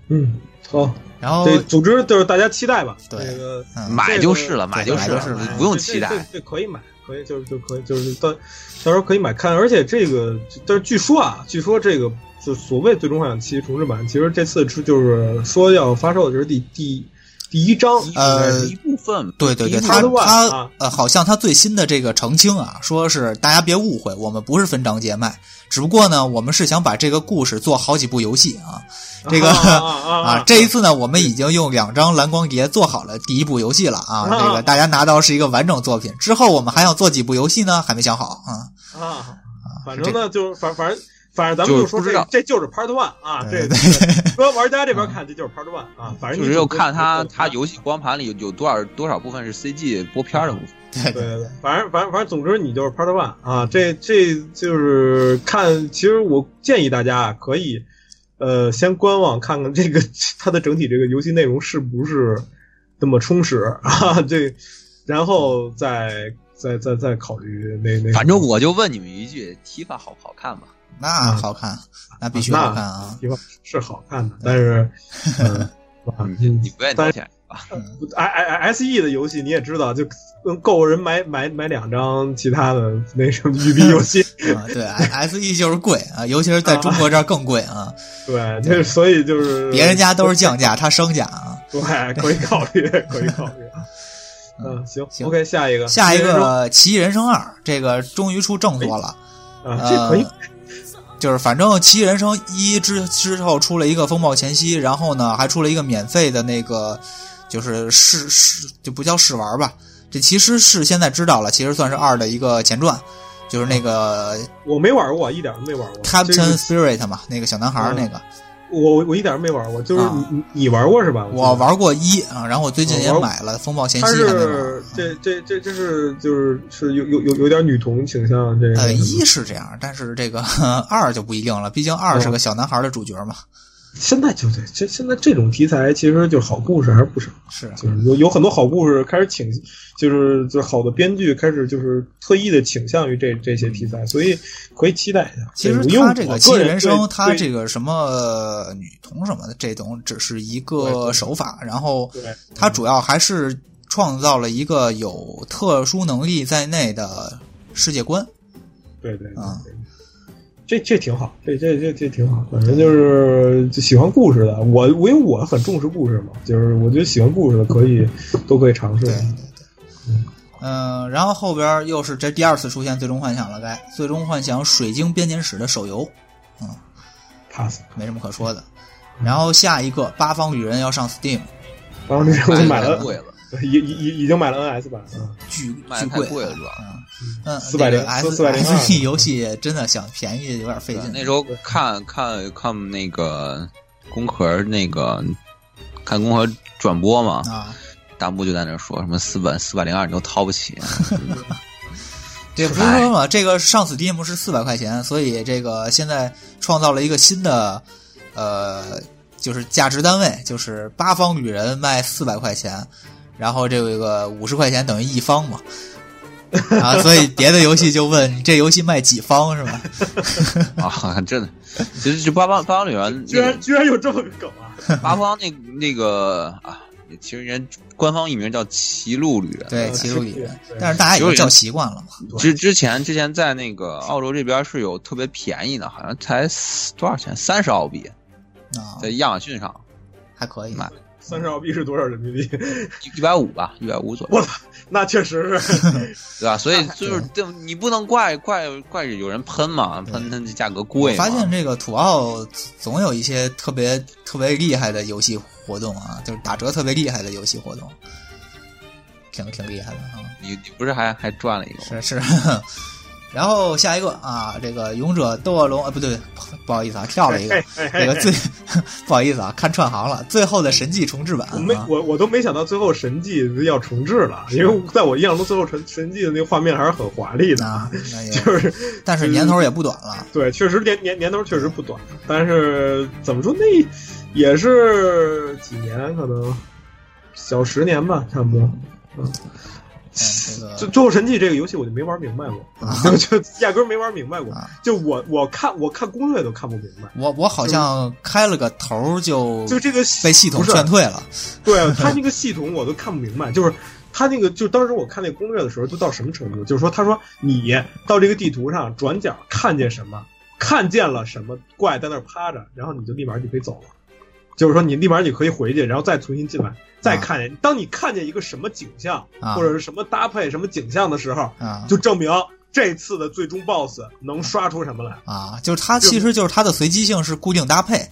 Speaker 2: 嗯，好，
Speaker 1: 然后
Speaker 2: 这总之就是大家期待吧。
Speaker 1: 对
Speaker 2: 这个
Speaker 1: 嗯
Speaker 3: 买就是了，买
Speaker 1: 这个
Speaker 3: 是
Speaker 1: 买就是
Speaker 3: 了
Speaker 1: 了，
Speaker 3: 不用期待
Speaker 2: 对。对，对可以买，可以就是就可以就是到到时候可以买看，而且这个但是据说啊，据说这个就所谓《最终幻想七》重制版，其实这次是就是说要发售的就是第第第一章，
Speaker 1: 呃
Speaker 3: 一部分，
Speaker 1: 对对对，
Speaker 3: 一部
Speaker 1: 他
Speaker 3: 分
Speaker 2: 都忘了
Speaker 1: 他
Speaker 2: 啊
Speaker 1: 呃，好像他最新的这个澄清啊，说是大家别误会，我们不是分章节卖，只不过呢，我们是想把这个故事做好几部游戏啊。这个
Speaker 2: 啊啊
Speaker 1: 啊，这一次呢，我们已经用两张蓝光碟做好了第一部游戏了啊，
Speaker 2: 啊
Speaker 1: 这个大家拿到是一个完整作品。之后我们还想做几部游戏呢，还没想好啊。
Speaker 2: 啊，反正呢就是反反正。反正咱们
Speaker 3: 就是
Speaker 2: 就说
Speaker 3: 不
Speaker 2: 这
Speaker 3: 知道
Speaker 2: 这就是 Part One 啊，
Speaker 1: 对
Speaker 2: 这
Speaker 1: 对
Speaker 2: 说玩家这边看这就是 Part One 啊，反正
Speaker 3: 就
Speaker 2: 你
Speaker 3: 是要
Speaker 2: 总归
Speaker 3: 看它
Speaker 2: 总归
Speaker 3: 它游戏光盘里有有多少多少部分是 CG 播片儿的部分。
Speaker 1: 对
Speaker 2: 对对对，反正反正反正，总之你就是 Part One 啊，这这就是看。其实我建议大家啊，可以呃先观望看看这个它的整体这个游戏内容是不是那么充实啊， 这然后再再再再考虑那那。
Speaker 3: 反正我就问你们一句，T 发好不好看吧？
Speaker 1: 那好看，嗯那必须
Speaker 2: 那
Speaker 1: 好看啊！
Speaker 2: 地方是好看的，但是嗯，啊
Speaker 3: 你不愿
Speaker 2: 但
Speaker 3: 意掏
Speaker 2: 是
Speaker 3: 钱吧？
Speaker 2: I I S E 的游戏你也知道，就能够人买买买两张其他的那什么育碧游戏。
Speaker 1: 啊，对，S E 就是贵啊，尤其是在中国这儿更贵啊，
Speaker 2: 对，就是所以就是
Speaker 1: 别人家都是降价，他升价啊。
Speaker 2: 对，可以考虑，可以考虑。嗯，行
Speaker 1: 行
Speaker 2: o k 下一个，
Speaker 1: 下一
Speaker 2: 人生
Speaker 1: 个《奇异人哎生二》，这个终于出正作了。
Speaker 2: 啊，这可以
Speaker 1: 呃，就是反正《奇异人生一之》之后出了一个《风暴前夕》，然后呢还出了一个免费的那个，就是试试就不叫试玩吧，这其实是现在知道了，其实算是二的一个前传，就是那个
Speaker 2: 我没玩过，一点都没玩过。哦这
Speaker 1: Captain
Speaker 2: 个哦
Speaker 1: Spirit 嘛，那个小男孩儿那个，
Speaker 2: 我我一点都没玩过，就是
Speaker 1: 啊
Speaker 2: 你你你玩过是吧？
Speaker 1: 我。玩过一啊，然后我最近也
Speaker 2: 我玩
Speaker 1: 买了《风暴前
Speaker 2: 他
Speaker 1: 夕》，还没
Speaker 2: 是
Speaker 1: 玩。
Speaker 2: 这这这这是就是是有有有有点女童倾向这个
Speaker 1: 呃，一是这样，但是这个 呵二就不一定了，毕竟二
Speaker 2: 哦
Speaker 1: 是个小男孩儿的主角嘛。
Speaker 2: 现在就对这现在这种题材其实就是好故事还是不少，
Speaker 1: 是，啊
Speaker 2: 就是有有很多好故事开始倾，就是就是好的编剧开始就是特意的倾向于这这些题材，所以可以期待一下。
Speaker 1: 其实
Speaker 2: 因
Speaker 1: 他
Speaker 2: 为我
Speaker 1: 这个《奇
Speaker 2: 个
Speaker 1: 异
Speaker 2: 人
Speaker 1: 人生
Speaker 2: 对》，
Speaker 1: 他
Speaker 2: 对
Speaker 1: 这个什么呃女童什么的，这种只是一个手法，然后
Speaker 2: 对
Speaker 1: 他主要还是创造了一个有特殊能力在内的世界观。
Speaker 2: 对对对
Speaker 1: 啊
Speaker 2: 对，这这挺好，这这这这挺好。反正就是就喜欢故事的，我我因为我很重视故事嘛，就是我觉得喜欢故事的可以都可以尝试
Speaker 1: 对。对对，嗯、然后后边又是这第二次出现《最终幻想》了，该《最终幻想：水晶编年史》的手游，
Speaker 2: pass。
Speaker 1: 没什么
Speaker 2: 嗯
Speaker 1: 可说的。然后下一个《八方旅人》要上 Steam，
Speaker 2: 然后这我
Speaker 3: 太
Speaker 2: 买了，
Speaker 3: 贵了，
Speaker 2: 已已已已经买了 NS 版了。
Speaker 1: 巨
Speaker 3: 卖
Speaker 1: 巨
Speaker 3: 得太贵了主要
Speaker 1: 嗯嗯，
Speaker 2: 400
Speaker 1: S
Speaker 2: 402
Speaker 1: S E 游戏真的想便宜有点费劲。
Speaker 3: 那时候看看看那个工壳那个看工壳转播嘛，
Speaker 1: 啊，
Speaker 3: 弹幕就在那说什么四百四百零二你都掏不起，
Speaker 1: 对，不是说嘛，这个上 Steam 是四百块钱，所以这个现在创造了一个新的，呃，就是价值单位，就是八方旅人卖四百块钱，然后这个五十块钱等于一方嘛，啊，所以别的游戏就问你这游戏卖几方是吧？
Speaker 3: 啊，真的，其实这八方八方旅 人
Speaker 2: 居然居然有这么个梗啊！
Speaker 3: 八方那那个啊，其实人官方译名叫歧路旅人。
Speaker 1: 对，
Speaker 2: 嗯
Speaker 1: 骑
Speaker 2: 是
Speaker 1: 路里人
Speaker 2: 对，
Speaker 1: 但是大家已经叫习惯了嘛。
Speaker 3: 之之前之前在那个澳洲这边是有特别便宜的，好像才四多少钱，三十澳币，
Speaker 1: 啊，
Speaker 3: 在亚马逊上
Speaker 1: 还可以。
Speaker 3: 买
Speaker 2: 三十澳币是多少人民币？
Speaker 3: 一百五吧，一百五左右，
Speaker 2: 我操，那确实 是。
Speaker 3: 对吧？所以就是对你不能怪怪怪有人喷嘛，喷它这价格贵
Speaker 1: 我
Speaker 3: 嘛。
Speaker 1: 发现这个土澳总有一些特别特别厉害的游戏活动啊，就是打折特别厉害的游戏活动，挺挺厉害的啊。
Speaker 3: 你你不是还还赚了一个
Speaker 1: 是
Speaker 3: 吗？
Speaker 1: 是。然后下一个啊，这个勇者斗恶龙，呃，不对，不不好意思啊，跳 了一
Speaker 2: 哎
Speaker 1: 个，这个最 不好意思啊，看串行了，最后的神迹重置版
Speaker 2: 我没
Speaker 1: 啊，
Speaker 2: 我我都没想到最后神迹要重置了，因为在我印象中最后神神迹的那个画面还是很华丽的，
Speaker 1: 啊那也，
Speaker 2: 就是
Speaker 1: 但是年头也不短了，
Speaker 2: 对，确实年年年头确实不短，但是怎么说那也是几年可能小十年吧，差不多。
Speaker 1: 嗯，这个
Speaker 2: 就《最后神迹》这个游戏我就没玩明白过，
Speaker 1: 嗯
Speaker 2: 就 就压根儿没玩明白过
Speaker 1: 啊。
Speaker 2: 就我我看我看攻略都看不明白，
Speaker 1: 我我好像开了个头儿就
Speaker 2: 就这个
Speaker 1: 被系统
Speaker 2: 不是
Speaker 1: 劝退了，
Speaker 2: 对啊他那个系统我都看不明白，就是他那个，就当时我看那攻略的时候，就到什么程度？就是说，他说你到这个地图上转角看见什么，看见了什么怪在那儿趴着，然后你就立马你可以走了。就是说，你立马你可以回去，然后再重新进来，再看见。当你看见一个什么景象，
Speaker 1: 啊
Speaker 2: 或者是什么搭配、什么景象的时候，
Speaker 1: 啊，
Speaker 2: 就证明这次的最终 BOSS 能刷出什么来。
Speaker 1: 啊，就是它其实就是它的随机性是固定搭配，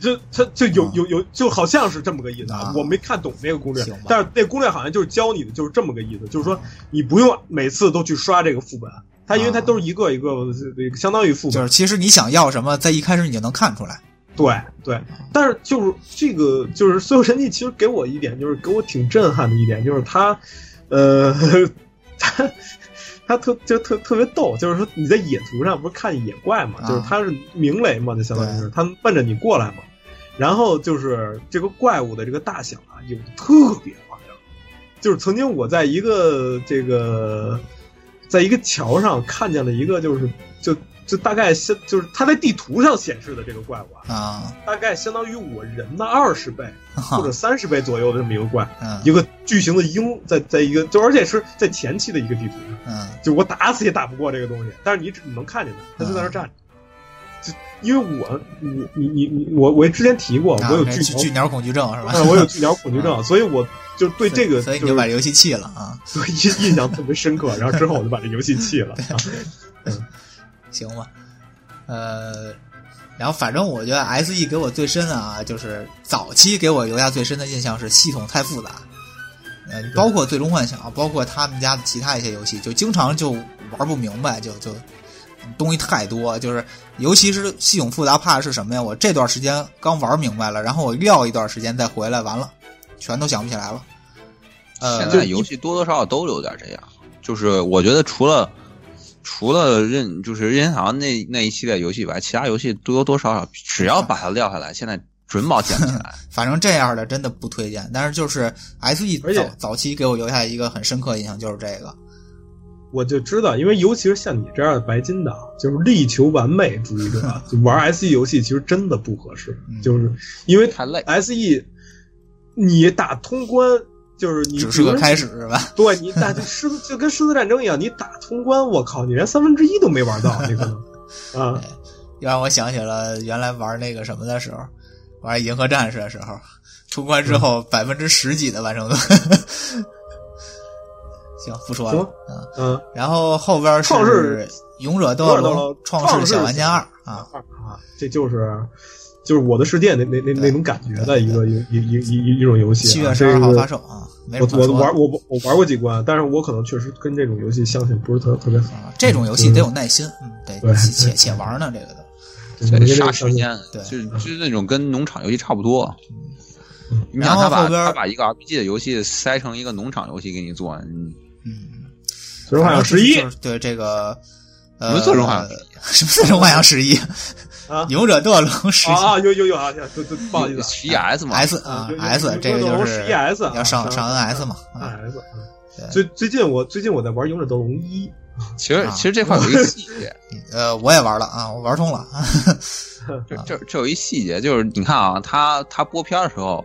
Speaker 2: 就他就有
Speaker 1: 啊
Speaker 2: 有有，就好像是这么个意思
Speaker 1: 啊
Speaker 2: 我没看懂那个攻略
Speaker 1: 行吧，
Speaker 2: 但是那攻略好像就是教你的，就是这么个意思，就是说你不用每次都去刷这个副本，它
Speaker 1: 啊
Speaker 2: 因为它都是一个一个呃相当于副
Speaker 1: 就
Speaker 2: 本，
Speaker 1: 是其实你想要什么，在一开始你就能看出来。
Speaker 2: 对对。但是就是这个就是《所有神器》，其实给我一点就是给我挺震撼的一点，就是它，呃，它。它特就特特别逗，就是说你在野图上不是看见野怪嘛，
Speaker 1: 啊
Speaker 2: 就是它是鸣雷嘛，就相当于是它奔着你过来嘛。然后就是这个怪物的这个大小啊，有特别夸张。就是曾经我在一个这个，在一个桥上看见了一个，就是就就大概相就是它在地图上显示的这个怪物啊，
Speaker 1: 啊，
Speaker 2: 大概相当于我人的二十倍或者三十倍左右的这么一个怪，
Speaker 1: 嗯
Speaker 2: 一个巨型的鹰在在一个就而且是在前期的一个地图上，
Speaker 1: 嗯
Speaker 2: 就我打死也打不过这个东西，但是你只你能看见它，它就在那儿站着。
Speaker 1: 啊
Speaker 2: 就因为我你你你你我我之前提过，
Speaker 1: 啊
Speaker 2: 我有
Speaker 1: 这
Speaker 2: 巨
Speaker 1: 巨巨
Speaker 2: 牛，
Speaker 1: 鸟恐惧症是吧？啊
Speaker 2: 我有巨鸟恐惧症，所以我就对这 个
Speaker 1: 所以
Speaker 2: 就
Speaker 1: 你就把
Speaker 2: 是
Speaker 1: 游戏弃了啊？
Speaker 2: 印印象特别深刻，然后之后我就把这游戏 弃了。
Speaker 1: 行吧，呃，然后反正我觉得 S E 给我最深的啊，就是早期给我留下最深的印象是系统太复杂，嗯、包括《最终幻想》，包括他们家的其他一些游戏，就经常就玩不明白，就就东西太多，就是尤其是系统复杂，怕的是什么呀？我这段时间刚玩明白了，然后我撂一段时间再回来，完了全都想不起来了。呃
Speaker 3: 现，在游戏多多少少都有点这样，就是我觉得除了除了任就是任天堂那那一系列游戏以外，其他游戏多多少少只要把它撂下来，现在准保捡不起来。
Speaker 1: 反正这样的真的不推荐。但是就是 S E
Speaker 2: 而且
Speaker 1: 早早期给我留下一个很深刻印象就是这个，
Speaker 2: 我就知道，因为尤其是像你这样的白金党，就是力求完美主义者，就玩 SE 游戏其实真的不合适，
Speaker 1: 嗯
Speaker 2: 就是因为
Speaker 3: 太累
Speaker 2: SE，你打通关就是你
Speaker 1: 只是个开
Speaker 2: 始，
Speaker 1: 始是吧？
Speaker 2: 对你打就狮子就跟狮子战争一样，你打通关，我靠，你连三分之一都没玩到，你可能 啊，
Speaker 1: 又让我想起了原来玩那个什么的时候，玩银河战士的时候，通关之
Speaker 2: 嗯
Speaker 1: 后百分之十几的完成度。 行，不说了
Speaker 2: 行。
Speaker 1: 嗯，
Speaker 2: 嗯
Speaker 1: 然后后边
Speaker 2: 创
Speaker 1: 是
Speaker 2: 世
Speaker 1: 《勇者斗恶
Speaker 2: 勇者斗恶
Speaker 1: 龙
Speaker 2: 龙》
Speaker 1: 创世
Speaker 2: 创世
Speaker 1: 小玩家二啊，
Speaker 2: 啊，这就是。就是我的世界那那那那种感觉的一个一一一一一种游戏、啊，
Speaker 1: 七月十二
Speaker 2: 这
Speaker 1: 号
Speaker 2: 个
Speaker 1: 发售啊。没什么
Speaker 2: 我
Speaker 1: 可说
Speaker 2: 我
Speaker 1: 的
Speaker 2: 玩我我玩过几关，但是我可能确实跟这种游戏相信不是特特别好，
Speaker 1: 啊，这种游戏得有耐心，嗯，得
Speaker 2: 对
Speaker 1: 且且且玩呢，这个的。
Speaker 2: 我觉得这
Speaker 3: 杀
Speaker 2: 个
Speaker 3: 时间，
Speaker 1: 对
Speaker 3: 就是就是那种跟农场游戏差不多。你
Speaker 1: 然
Speaker 3: 想
Speaker 1: 后
Speaker 3: 他把
Speaker 1: 后边儿
Speaker 3: 他把一个 RPG 的游戏塞成一个农场游戏给你做，你
Speaker 1: 嗯，
Speaker 2: 最终幻想
Speaker 1: 反正
Speaker 2: 十一
Speaker 1: 就是对这个，
Speaker 3: 什
Speaker 1: 呃，
Speaker 3: 么最终幻
Speaker 1: 呃？
Speaker 3: 想
Speaker 1: 什么最终幻想十一？
Speaker 2: 啊
Speaker 1: 勇者斗恶龙十一
Speaker 2: 啊啊有有有啊，对对，不好 意思
Speaker 3: 十一 S 嘛，
Speaker 1: S
Speaker 2: 啊
Speaker 1: 啊
Speaker 2: 有有有
Speaker 1: S，这个
Speaker 2: 有
Speaker 1: 就
Speaker 2: 有
Speaker 1: 是
Speaker 2: 11S 啊
Speaker 1: 要上
Speaker 2: 上
Speaker 1: 上 NS 嘛
Speaker 2: 啊
Speaker 1: 啊，
Speaker 2: ，S。嗯
Speaker 1: 对
Speaker 2: 最最近我最近我在玩《勇者斗龙一》，
Speaker 3: 其实
Speaker 1: 啊
Speaker 3: 其实这块有一个细 节，
Speaker 1: 呃，我也玩了啊，我玩通了啊，
Speaker 3: 这这这有一细节，就是你看啊，他他播片儿的时候，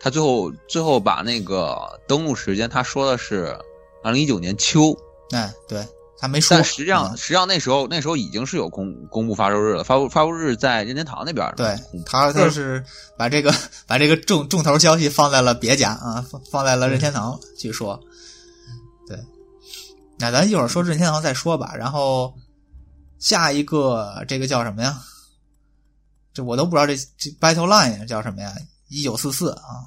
Speaker 3: 他最后最后把那个登录时间，他说的是二零一九年秋，
Speaker 1: 哎，对，他没说，
Speaker 3: 但实际上
Speaker 1: 嗯
Speaker 3: 实际上那时候那时候已经是有公公布发售日了，发布发布日在任天堂那边儿
Speaker 1: 对
Speaker 3: 公
Speaker 1: 嗯
Speaker 3: 布
Speaker 1: 他
Speaker 2: 嗯
Speaker 1: 他是把这个把这个重重头消息放在了别家啊，放放在了任天
Speaker 2: 嗯
Speaker 1: 堂，据说，对，那咱一会儿说任天堂再说吧，然后下一个这个叫什么呀？这我都不知道这这 Battle Line 叫什么呀？一九四四啊，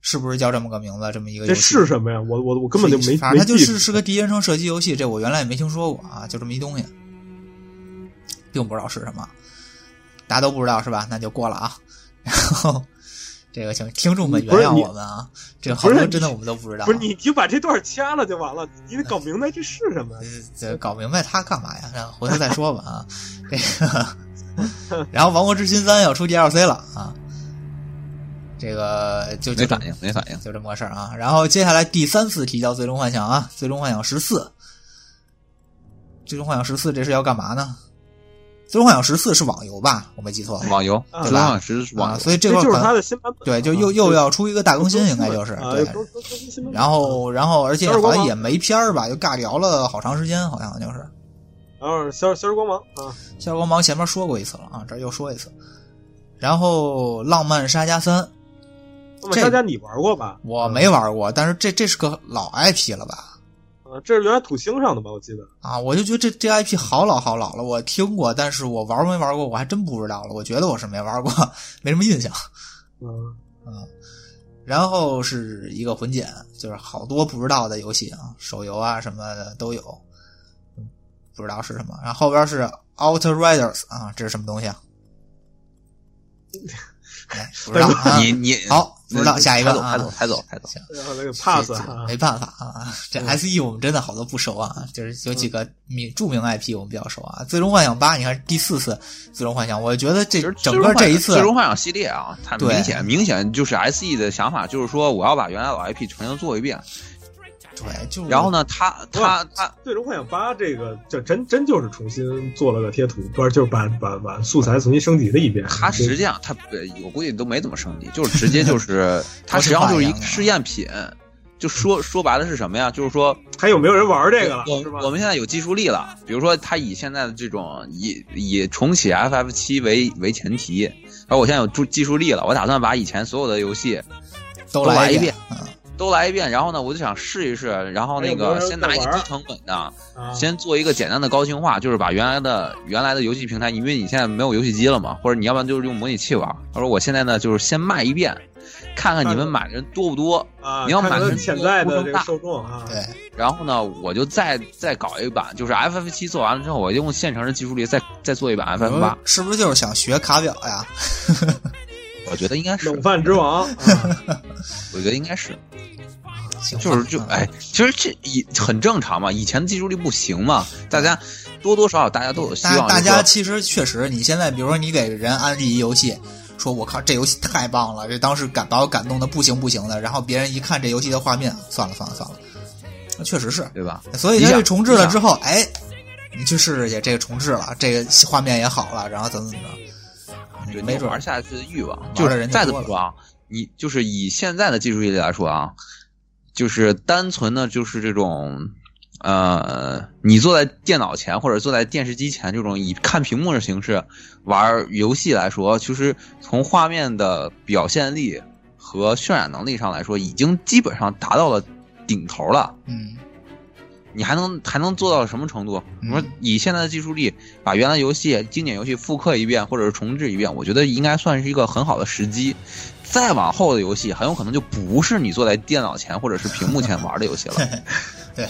Speaker 1: 是不是叫这么个名字？这么一个游
Speaker 2: 这
Speaker 1: 戏
Speaker 2: 是什么呀？我我我根本就没
Speaker 1: 反
Speaker 2: 没
Speaker 1: 正它就
Speaker 2: 记
Speaker 1: 是是个第一人称射击游戏，这我原来也没听说过啊，就这么一东西，并不知道是什么，大家都不知道是吧？那就过了啊。然后这个请听众们原
Speaker 2: 不是
Speaker 1: 谅
Speaker 2: 你
Speaker 1: 我们啊，这好
Speaker 2: 不是
Speaker 1: 多
Speaker 2: 你
Speaker 1: 真的我们都不知道啊。
Speaker 2: 不是你你就把这段掐了就完了，你得搞明白这是什么呀。
Speaker 1: 这搞明白他干嘛呀？然后回头再说吧啊。这个， 然后《王国之心三》要出 DLC 了啊，这个就就这
Speaker 3: 没反应没反应，
Speaker 1: 就这么个事儿啊。然后接下来第三次提到《最终幻想》啊，《最终幻想十四》，《最终幻想十四》这是要干嘛呢？《最终幻想十四》是网游吧？我没记错
Speaker 3: 网游
Speaker 2: 啊
Speaker 3: 最终幻想十是网
Speaker 1: 啊，
Speaker 3: 游。
Speaker 1: 所以这
Speaker 2: 这
Speaker 1: 块
Speaker 2: 就是
Speaker 1: 可能
Speaker 2: 它的新版本，
Speaker 1: 对，就
Speaker 2: 啊
Speaker 1: 又又要出一个大更新，应该就是
Speaker 2: 啊
Speaker 1: 对。
Speaker 2: 更更更新新版本
Speaker 1: 然后，然后，而且
Speaker 2: 小时
Speaker 1: 好
Speaker 2: 光
Speaker 1: 像
Speaker 2: 芒
Speaker 1: 也没片儿吧，就尬聊了好长时间，好像就是。
Speaker 2: 然后消消失光芒啊，
Speaker 1: 夏日光芒前面说过一次了啊，这儿又说一次。然后《浪漫沙加三》
Speaker 2: 那么
Speaker 1: 这
Speaker 2: 大家你玩过吧？
Speaker 1: 我没玩过，但是这这是个老 IP 了吧？
Speaker 2: 啊，这是原来土星上的吧？我记得
Speaker 1: 啊，我就觉得这这 IP 好老好老了，我听过，但是我玩没玩过，我还真不知道了。我觉得我是没玩过，没什么印象。
Speaker 2: 嗯，
Speaker 1: 然后是一个混剪，就是好多不知道的游戏啊，手游啊什么的都有，嗯不知道是什么。然后后边是 Outer Riders 啊，这是什么东西 啊？哎，不知道啊。
Speaker 3: 你你
Speaker 1: 好，不知道下一个啊
Speaker 3: 抬走抬走抬走抬走，
Speaker 2: 然后那个
Speaker 1: 这
Speaker 2: pass
Speaker 1: 这
Speaker 2: 啊，
Speaker 1: 没办法啊，这 S E 我们真的好多不熟啊，就是有几个名著名 IP 我们比较熟啊，《最终幻想八》你看是第四次《最终幻想》，我觉得这
Speaker 3: 其实
Speaker 1: 整个这一次
Speaker 3: 最终幻想系列啊，它
Speaker 1: 对
Speaker 3: 明显明显就是 S E 的想法，就是说我要把原来老 IP 重新做一遍。
Speaker 1: 对，就是
Speaker 3: 然后呢，他他他
Speaker 2: 最终幻想八这个，这真真就是重新做了个贴图，不是就是把把把素材重新升级了一遍。啊
Speaker 3: 他
Speaker 2: 这
Speaker 3: 实际上他呃我估计都没怎么升级，就是直接 就是他实际上就是一个试验品。就说说白了是什么呀？就是说
Speaker 2: 还有没有人玩这个了？
Speaker 3: 我
Speaker 2: 是吧？
Speaker 3: 我们现在有技术力了，比如说他以现在的这种以以重启 FF 七为为前提，然后我现在有技技术力了，我打算把以前所有的游戏
Speaker 1: 都
Speaker 3: 都
Speaker 1: 来
Speaker 3: 来一
Speaker 1: 遍
Speaker 3: 遍，都来一遍，然后呢，我就想试一试，然后那
Speaker 2: 哎有没有
Speaker 3: 个
Speaker 2: 人
Speaker 3: 先拿一个
Speaker 2: 在玩
Speaker 3: 低成本的，
Speaker 2: 啊
Speaker 3: 先做一个简单的高清化，就是把原来的原来的游戏平台，因为你现在没有游戏机了嘛，或者你要不然就是用模拟器玩。他说我现在呢就是先卖一遍，看看你们买的人多不多，
Speaker 2: 啊，
Speaker 3: 你要
Speaker 2: 看
Speaker 3: 满
Speaker 2: 看
Speaker 3: 足
Speaker 2: 潜在的这
Speaker 3: 用
Speaker 2: 个
Speaker 3: 大
Speaker 2: 受众啊，
Speaker 1: 对，
Speaker 3: 然后呢我就再再搞一版，就是 FF 七做完了之后，我用现成的技术力再再做一版 FF 八，
Speaker 1: 是不是就是想学卡表呀？
Speaker 3: 我觉得应该是，
Speaker 2: 冷饭之王啊，
Speaker 3: 我觉得应该是，
Speaker 1: 行吧
Speaker 3: 就是就
Speaker 1: 嗯
Speaker 3: 哎，其实这以很正常嘛，以前的技术力不行嘛，大家多多少少大家都有希
Speaker 1: 大
Speaker 3: 望，
Speaker 1: 大
Speaker 3: 就是说
Speaker 1: 家其实确实，你现在比如说你给人安利一游戏，说我靠这游戏太棒了，这当时感把我感动的不行不行的，然后别人一看这游戏的画面，算了算了算了，那确实是，
Speaker 3: 对吧？
Speaker 1: 所以
Speaker 3: 你
Speaker 1: 它这
Speaker 3: 想
Speaker 1: 重置了
Speaker 3: 你想
Speaker 1: 之后，哎，你去试试去，这个重置了，这个画面也好了，然后怎么怎么着，嗯
Speaker 3: 就你
Speaker 1: 没准
Speaker 3: 玩
Speaker 1: 儿
Speaker 3: 下去的欲望，
Speaker 1: 玩
Speaker 3: 就
Speaker 1: 的
Speaker 3: 是
Speaker 1: 人就
Speaker 3: 再怎
Speaker 1: 多
Speaker 3: 么
Speaker 1: 了
Speaker 3: 说啊，你就是以现在的技术力来说啊，就是单纯的就是这种，呃，你坐在电脑前或者坐在电视机前这种以看屏幕的形式玩游戏来说，其实从画面的表现力和渲染能力上来说，已经基本上达到了顶头了。
Speaker 1: 嗯，
Speaker 3: 你还能还能做到什么程度？
Speaker 1: 嗯
Speaker 3: 你说以现在的技术力，把原来游戏经典游戏复刻一遍或者是重置一遍，我觉得应该算是一个很好的时机。再往后的游戏，很有可能就不是你坐在电脑前或者是屏幕前玩的游戏了。
Speaker 1: 对，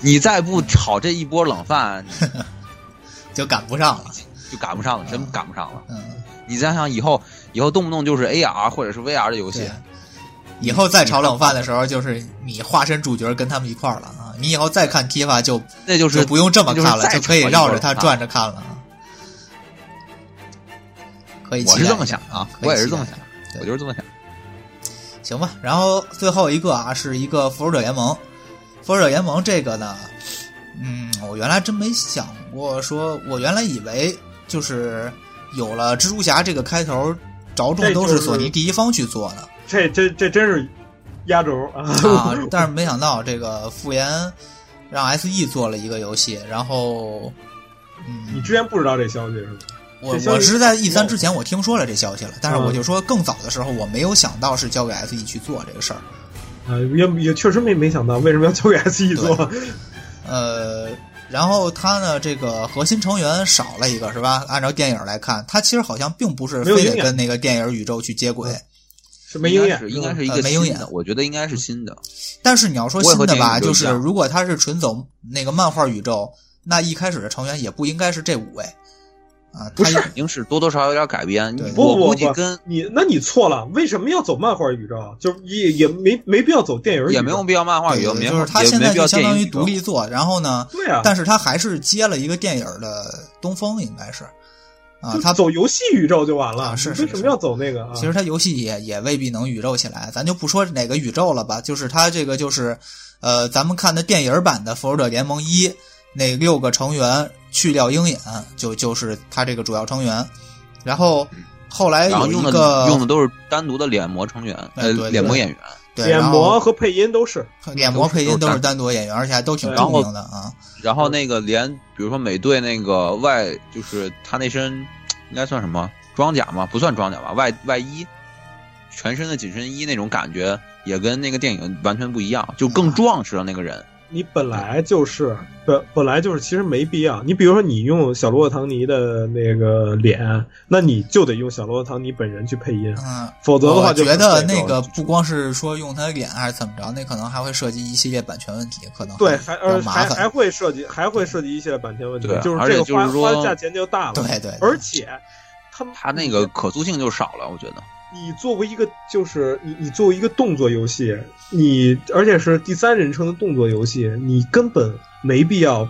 Speaker 3: 你再不炒这一波冷饭，
Speaker 1: 就赶不上了。
Speaker 3: 就赶不上了，真赶不上了。
Speaker 1: 嗯，
Speaker 3: 你想想以后，以后动不动就是 AR 或者是 VR 的游戏
Speaker 1: 对，。以后再炒冷饭的时候，就是你化身主角跟他们一块儿了啊！你以后再看 Kiva 就
Speaker 3: 那就
Speaker 1: 就是不用这么看了，就
Speaker 3: 那就是再
Speaker 1: 可以绕着它
Speaker 3: 炒一波冷饭
Speaker 1: 转着看了啊。可以期待
Speaker 3: 我
Speaker 1: 一下，
Speaker 3: 是这么想啊，
Speaker 1: 可以
Speaker 3: 我也是
Speaker 1: 期
Speaker 3: 这么
Speaker 1: 待
Speaker 3: 想
Speaker 1: 一下，对
Speaker 3: 我就是这么想。
Speaker 1: 行吧，然后最后一个啊，是一个复仇者联盟。复仇者联盟这个呢，嗯，我原来真没想过说，我原来以为就是有了蜘蛛侠这个开头，着重都是索尼第一方去做 的、
Speaker 2: 这这这真是压轴啊！
Speaker 1: 啊，但是没想到这个复联让 SE 做了一个游戏，然后，
Speaker 2: 你
Speaker 1: 嗯，
Speaker 2: 之前不知道这消息是吗？
Speaker 1: 我
Speaker 2: 这消息
Speaker 1: 我是在 E 三之前我听说了这消息了，但是
Speaker 2: 嗯
Speaker 1: 我就说更早的时候我没有想到是交给 SE 去做这个事儿。
Speaker 2: 啊，也也确实没没想到为什么要交给 SE 做，
Speaker 1: 呃，然后他呢，这个核心成员少了一个，是吧？按照电影来看，他其实好像并不是
Speaker 2: 没有
Speaker 1: 非
Speaker 2: 鹰
Speaker 1: 得
Speaker 2: 眼
Speaker 1: 跟那个电影宇宙去接轨。
Speaker 3: 嗯
Speaker 2: 是没鹰
Speaker 3: 应该
Speaker 2: 眼
Speaker 3: 是应该
Speaker 2: 吧
Speaker 3: 是一
Speaker 1: 呃
Speaker 3: 个
Speaker 1: 没鹰
Speaker 3: 新
Speaker 1: 眼
Speaker 3: 的，我觉得应该是新的。
Speaker 1: 但是你要说
Speaker 3: 我也
Speaker 1: 新
Speaker 3: 和
Speaker 1: 的
Speaker 3: 电影
Speaker 1: 吧，
Speaker 3: 宇宙
Speaker 1: 就
Speaker 3: 一
Speaker 1: 是
Speaker 3: 样
Speaker 1: 如果他是纯走那个漫画宇宙，那一开始的成员也不应该是这五位啊。
Speaker 2: 不
Speaker 1: 他
Speaker 2: 是
Speaker 1: 也
Speaker 3: 肯定是多多少少有点改编。
Speaker 1: 对
Speaker 2: 不
Speaker 3: 我
Speaker 2: 不
Speaker 3: 估计
Speaker 2: 不
Speaker 3: 跟
Speaker 2: 你那你错了，为什么要走漫画宇宙啊？就是也也没没必要走电影宇宙，
Speaker 3: 也没有必要漫画宇宙，
Speaker 1: 对
Speaker 3: 没
Speaker 1: 就是
Speaker 3: 有
Speaker 1: 他
Speaker 3: 也
Speaker 1: 现在
Speaker 3: 没必
Speaker 1: 就
Speaker 3: 要
Speaker 1: 相
Speaker 3: 电
Speaker 1: 当于
Speaker 3: 影
Speaker 1: 独立做，然后呢，
Speaker 2: 对啊，
Speaker 1: 但是他还是接了一个电影的东风，应该是啊，
Speaker 2: 就
Speaker 1: 他
Speaker 2: 走游戏宇宙就完了，
Speaker 1: 啊是
Speaker 2: 你
Speaker 1: 是
Speaker 2: 为什
Speaker 1: 是
Speaker 2: 么要走那个啊？
Speaker 1: 其实它游戏也也未必能宇宙起来，咱就不说哪个宇宙了吧，就是它这个就是，呃，咱们看的电影版的《复仇者联盟一》，那六个成员去掉鹰眼，就就是它这个主要成员，然后后来
Speaker 3: 然后
Speaker 1: 有
Speaker 3: 用
Speaker 1: 一
Speaker 3: 的
Speaker 1: 个
Speaker 3: 用的都是单独的脸模成员，呃
Speaker 1: 对对，
Speaker 3: 脸模演员。
Speaker 1: 对，
Speaker 2: 脸
Speaker 1: 然
Speaker 2: 模
Speaker 1: 后
Speaker 2: 和配音都是，
Speaker 1: 脸模配音都
Speaker 3: 都
Speaker 1: 是
Speaker 3: 是
Speaker 1: 单独演员，而且还都挺
Speaker 2: 对
Speaker 1: 著
Speaker 3: 然
Speaker 1: 名的啊，
Speaker 3: 然后那个连，比如说美队那个外，就是他那身应该算什么装甲吗？不算装甲吧，外外衣，全身的紧身衣那种感觉，也跟那个电影完全不一样，就
Speaker 1: 嗯
Speaker 3: 更壮实了那个人。
Speaker 2: 你本来就是本本来就是，其实没必要。你比如说，你用小罗伯特唐尼的那个脸，那你就得用小罗伯特唐尼本人去配音，啊
Speaker 1: 嗯。
Speaker 2: 否则的
Speaker 1: 我
Speaker 2: 话就
Speaker 1: 觉得那
Speaker 2: 不
Speaker 1: 个
Speaker 2: 是
Speaker 1: 不光是说用他脸还是怎么着，那可能还会涉及一系列版权问题，可能
Speaker 2: 对，
Speaker 1: 还
Speaker 2: 还
Speaker 1: 比较
Speaker 2: 呃
Speaker 1: 麻
Speaker 2: 还还
Speaker 1: 烦。
Speaker 2: 会涉及还会涉及一些版权问题
Speaker 3: 对，
Speaker 2: 就是
Speaker 3: 而
Speaker 2: 这
Speaker 3: 且
Speaker 2: 个
Speaker 3: 就是
Speaker 2: 花
Speaker 3: 说
Speaker 2: 花的价钱就大了。
Speaker 1: 对对对
Speaker 2: 而且他
Speaker 3: 他那个可塑性就少了，我觉得。
Speaker 2: 你作为一个就是你你作为一个动作游戏，你而且是第三人称的动作游戏，你根本没必要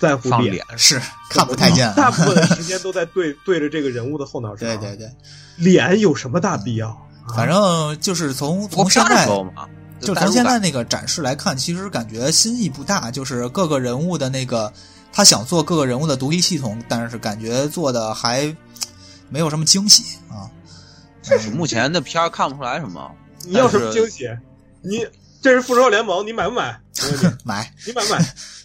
Speaker 2: 在乎
Speaker 3: 放
Speaker 2: 脸
Speaker 3: 脸。
Speaker 1: 是看不太见
Speaker 2: 大
Speaker 1: 了，
Speaker 2: 部分的时间都在对 对着这个人物的后脑勺。
Speaker 1: 对对，对。
Speaker 2: 脸有什么大必要？
Speaker 1: 反
Speaker 2: 正
Speaker 1: 正就是从
Speaker 3: 不过
Speaker 1: 从现
Speaker 3: 看的
Speaker 1: 在
Speaker 3: 时，候嘛，
Speaker 1: 就
Speaker 3: 代入
Speaker 1: 从现
Speaker 3: 感
Speaker 1: 在那个展示来看，其实感觉新意不大，就是各个人物的那个他想做各个人物的独立系统，但是感觉做的还嘖没有什么惊喜啊。嗯
Speaker 3: 就是目前的片儿看不出来什么。
Speaker 2: 你要什么
Speaker 3: 但是
Speaker 2: 惊喜？你这是复仇者联盟，你买不买？我问你
Speaker 1: 买，
Speaker 2: 你买不买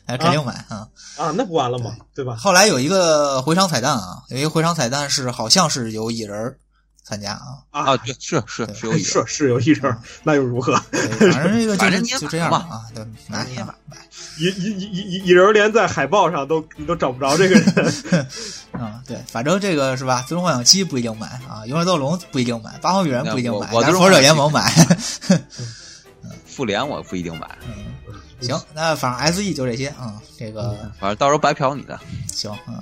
Speaker 1: 哎，肯定买啊！
Speaker 2: 啊？那不完了吗？对吧？
Speaker 1: 后来有一个回场彩蛋啊，有一个回场彩蛋是好像是有蚁人儿参加啊，
Speaker 3: 啊，
Speaker 2: 啊，
Speaker 3: 对，是是
Speaker 1: 对
Speaker 3: 是有意思。
Speaker 2: 是是有一人，那又如何？
Speaker 1: 对反正这个就
Speaker 3: 反
Speaker 1: 是
Speaker 3: 正你也
Speaker 1: 就这样吧
Speaker 3: 买嗯
Speaker 1: 啊，对，买
Speaker 3: 你也
Speaker 1: 买买
Speaker 2: 一一一一一人连在海报上都你都找不着这个人。
Speaker 1: 啊，对，反正这个是吧？最终幻想七不一定买啊，勇者斗龙不一定买，八方旅人不一定买，
Speaker 3: 那我我
Speaker 1: 但是
Speaker 3: 最终
Speaker 1: 复仇者联盟买。
Speaker 3: 复联我不一定买，
Speaker 1: 行，那反正 S E 就这些啊、这个
Speaker 3: 反正到时候白嫖你的。
Speaker 1: 行，嗯，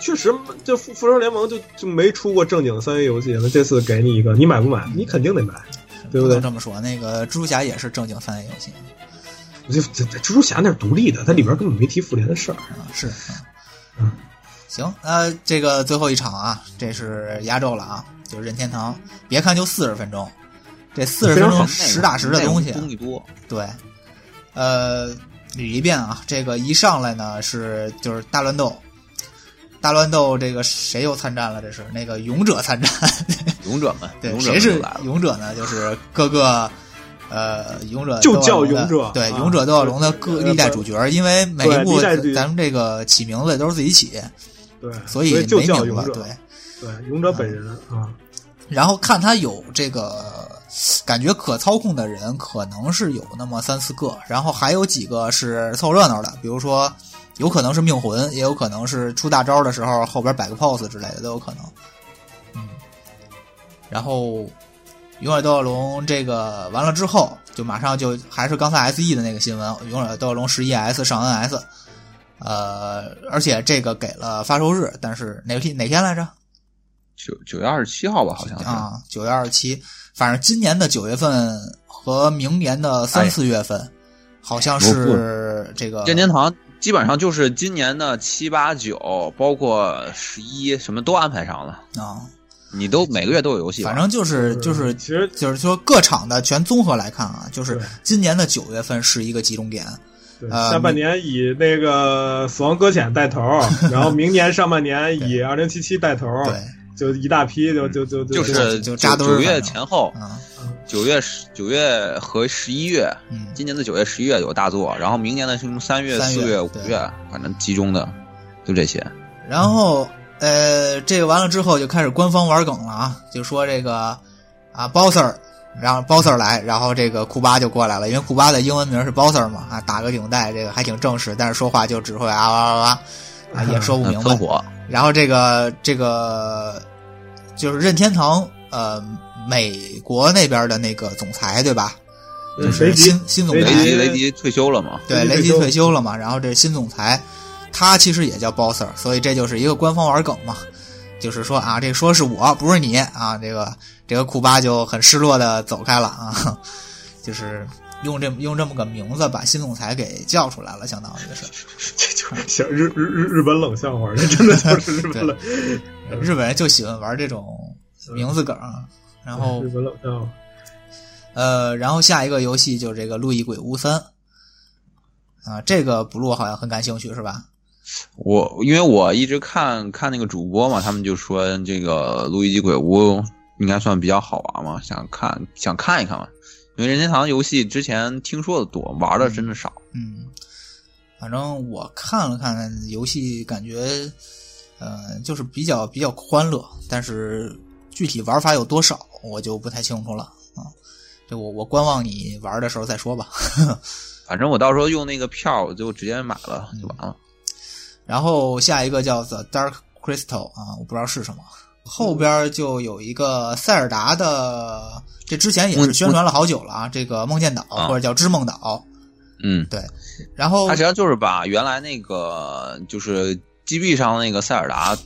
Speaker 2: 确实，这复复仇者联盟就就没出过正经三 A 游戏，那这次给你一个，你买不买？你肯定得买，对不
Speaker 1: 能
Speaker 2: 对？
Speaker 1: 这么说，那个蜘蛛侠也是正经三 A 游戏
Speaker 2: 这这这蜘蛛侠那是独立的，它里边根本没提复联的事儿。
Speaker 1: 啊，是，
Speaker 2: 嗯，
Speaker 1: 行，那这个最后一场啊，这是压轴了啊，就是任天堂，别看就四十分钟，这四十分
Speaker 2: 非
Speaker 1: 钟
Speaker 2: 常
Speaker 1: 嗯实打实的
Speaker 3: 内容
Speaker 1: 东西啊，
Speaker 3: 东西多，
Speaker 1: 对，呃，捋一遍啊，这个一上来呢是就是大乱斗，大乱斗这个谁又参战了？这是那个勇者参战。
Speaker 3: 勇者们，
Speaker 1: 对，
Speaker 3: 勇者
Speaker 1: 谁
Speaker 3: 们
Speaker 1: 是
Speaker 3: 又来了。
Speaker 1: 勇者呢？就是各个呃勇者
Speaker 2: 就
Speaker 1: 斗恶
Speaker 2: 叫
Speaker 1: 龙的
Speaker 2: 勇者
Speaker 1: 对，
Speaker 2: 啊
Speaker 1: 勇者斗恶龙的各
Speaker 2: 对
Speaker 1: 历代主角，因为每一
Speaker 2: 对
Speaker 1: 部
Speaker 2: 历代主角
Speaker 1: 咱们这个起名字都是自己起，
Speaker 2: 对，
Speaker 1: 所
Speaker 2: 以就
Speaker 1: 没
Speaker 2: 叫
Speaker 1: 名
Speaker 2: 勇
Speaker 1: 字。
Speaker 2: 者，
Speaker 1: 对，
Speaker 2: 嗯对，勇者本人啊，
Speaker 1: 然后看他有这个感觉可操控的人可能是有那么三四个，然后还有几个是凑热闹的，比如说有可能是命魂，也有可能是出大招的时候后边摆个 pose 之类的都有可能。嗯，然后《勇者斗恶龙》这个完了之后，就马上就还是刚才 SE 的那个新闻，《勇者斗恶龙》十一 S 上 NS，呃，而且这个给了发售日，但是哪天哪天来着？
Speaker 3: 九九月二十七号吧，好像是。
Speaker 1: 啊，九月二十七，反正今年的九月份和明年的三四月份，好像是这个
Speaker 3: 任天堂基本上就是今年的七八九，包括十一，什么都安排上了。
Speaker 1: 啊，
Speaker 3: 你都每个月都有游戏吧，
Speaker 1: 反正就是
Speaker 2: 嗯
Speaker 1: 就是
Speaker 2: 其实
Speaker 1: 就是说各厂的全综合来看啊，就是
Speaker 2: 对
Speaker 1: 今年的九月份是一个集中点，
Speaker 2: 对
Speaker 1: 呃
Speaker 2: 下半年以那个《死亡搁浅》带头， 然后明年上半年以《二零七七》带头，
Speaker 1: 对，
Speaker 2: 就一大批，就就嗯就
Speaker 3: 就
Speaker 1: 就是
Speaker 3: 是
Speaker 1: 就
Speaker 3: 九
Speaker 1: 扎堆儿
Speaker 3: 九月
Speaker 1: 反正
Speaker 3: 前后，
Speaker 1: 啊，
Speaker 3: 九月十九月和十一月，
Speaker 1: 嗯，
Speaker 3: 今年的九月、十一月有大作，然后明年的什么三月、
Speaker 1: 三月
Speaker 3: 四月、五
Speaker 1: 对
Speaker 3: 月，反正集中的就这些。
Speaker 1: 然后呃，这个完了之后就开始官方玩梗了啊，就说这个啊包 Sir，然后包 Sir 来，然后这个库巴就过来了，因为库巴的英文名是包 Sir 嘛，啊打个领带，这个还挺正式，但是说话就只会啊哇哇哇，啊也说不
Speaker 3: 嗯
Speaker 1: 明白
Speaker 3: 喷，火，
Speaker 1: 然后这个这个就是任天堂呃美国那边的那个总裁对吧？
Speaker 2: 嗯
Speaker 1: 是
Speaker 2: 谁急
Speaker 1: 新新总
Speaker 2: 雷
Speaker 3: 雷
Speaker 1: 裁
Speaker 2: 迪
Speaker 3: 迪雷迪退休了嘛？
Speaker 1: 对，雷
Speaker 2: 雷迪
Speaker 1: 迪
Speaker 2: 退
Speaker 1: 退休了嘛，然后这新总裁，他其实也叫 Bosser，所以这就是一个官方玩梗嘛，就是说啊，这说是我，不是你啊，这个这个库巴就很失落的走开了啊， 就是用这用这么个名字把新总裁给叫出来了，相当于是
Speaker 2: 这 就是小日日日日本冷笑话，这真的就是日本冷，
Speaker 1: 日本人就喜欢玩这种名字梗啊，然后
Speaker 2: 日本冷笑话。
Speaker 1: 呃，然后下一个游戏就是这个《路易鬼屋三》啊，这个不录好像很感兴趣是吧？
Speaker 3: 我因为我一直看看那个主播嘛，他们就说这个《路易吉鬼屋》应该算比较好玩嘛，想看想看一看嘛。因为任天堂游戏之前听说的多，玩的真的少。
Speaker 1: 嗯，反正我看了看游戏，感觉呃就是比较比较欢乐，但是具体玩法有多少我就不太清楚了啊。这我我观望你玩的时候再说吧。
Speaker 3: 反正我到时候用那个票，我就直接买了
Speaker 1: 嗯
Speaker 3: 就完了。
Speaker 1: 然后下一个叫 The Dark Crystal 啊，我不知道是什么。后边就有一个塞尔达的，这之前也是宣传了好久了啊，这个梦见岛
Speaker 3: 啊
Speaker 1: 或者叫织梦岛，
Speaker 3: 嗯，
Speaker 1: 然后
Speaker 3: 它实际上就是把原来那个就是 GB 上那个塞尔达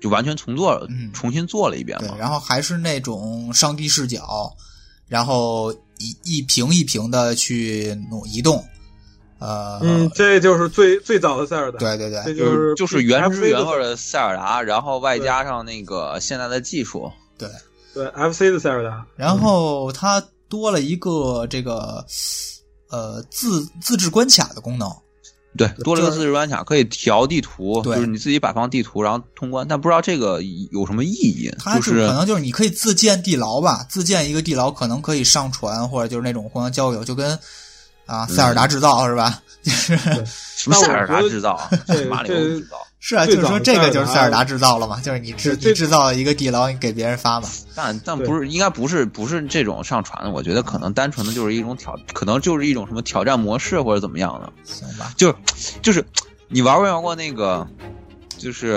Speaker 3: 就完全重做，
Speaker 1: 嗯
Speaker 3: 重新做了一遍
Speaker 1: 对，
Speaker 2: 嗯
Speaker 3: 嘛。
Speaker 1: 然后还是那种上帝视角，然后一一屏一屏的去挪移动，呃，
Speaker 2: 嗯，这就是最最早的塞尔达，
Speaker 1: 对对
Speaker 2: 这
Speaker 1: 对
Speaker 2: 是
Speaker 3: 哎就
Speaker 2: 就是
Speaker 3: 原汁原味
Speaker 2: 的
Speaker 3: 的塞尔达，然后外加上那个现在的技术，
Speaker 2: 对 FC 的塞尔达，
Speaker 1: 然后它多了一个这个呃自自制关卡的功能，
Speaker 3: 对，多了个
Speaker 2: 就是
Speaker 3: 自制关卡，可以调地图，
Speaker 1: 对
Speaker 3: 就是你自己摆放地图，然后通关。但不知道这个有什么意义，
Speaker 1: 它
Speaker 3: 就
Speaker 1: 可
Speaker 3: 是
Speaker 1: 能就是你可以自建地牢吧，自建一个地牢可能可以上传或者就是那种互相交流，就跟啊塞
Speaker 2: 嗯
Speaker 1: 尔达制造、是吧？
Speaker 3: 什么塞尔达制造，
Speaker 2: 这
Speaker 3: 啊马里奥
Speaker 2: 这
Speaker 3: 制造，
Speaker 1: 是啊，就
Speaker 2: 最
Speaker 1: 是说
Speaker 2: 早
Speaker 1: 这个就是
Speaker 2: 塞尔达
Speaker 1: 塞尔达制造了嘛，就是你制
Speaker 2: 对
Speaker 1: 你
Speaker 2: 最
Speaker 1: 制造一个地牢，你给别人发嘛。
Speaker 3: 但但
Speaker 2: 对
Speaker 3: 不是，应该不是不是这种上传的，我觉得可能单纯的就是一种挑，可能就是一种什么挑战模式或者怎么样的，
Speaker 1: 行吧，
Speaker 3: 就是就是你玩没玩过那个，就是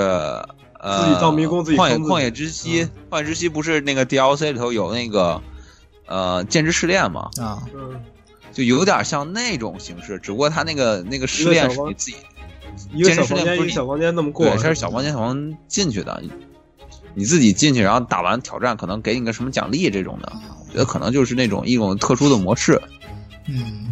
Speaker 3: 呃，
Speaker 2: 自己造迷宫自己
Speaker 3: 旷野
Speaker 2: 坑自己嗯
Speaker 3: 旷野之息，旷野之息不是那个 DLC 里头有那个呃剑之试炼吗？
Speaker 1: 啊，
Speaker 2: 嗯，
Speaker 3: 就有点像那种形式，只不过它那个那个试炼是你自己
Speaker 2: 一个小
Speaker 3: 健身
Speaker 2: 房
Speaker 3: 练
Speaker 2: 间
Speaker 3: 不
Speaker 2: 一
Speaker 3: 是
Speaker 2: 个小房间那么过
Speaker 3: 对，，它是小房间小房间进去的，你自己进去，然后打完挑战，可能给你个什么奖励这种的，
Speaker 2: 啊
Speaker 3: 我觉得可能就是那种一种特殊的模式，
Speaker 1: 嗯，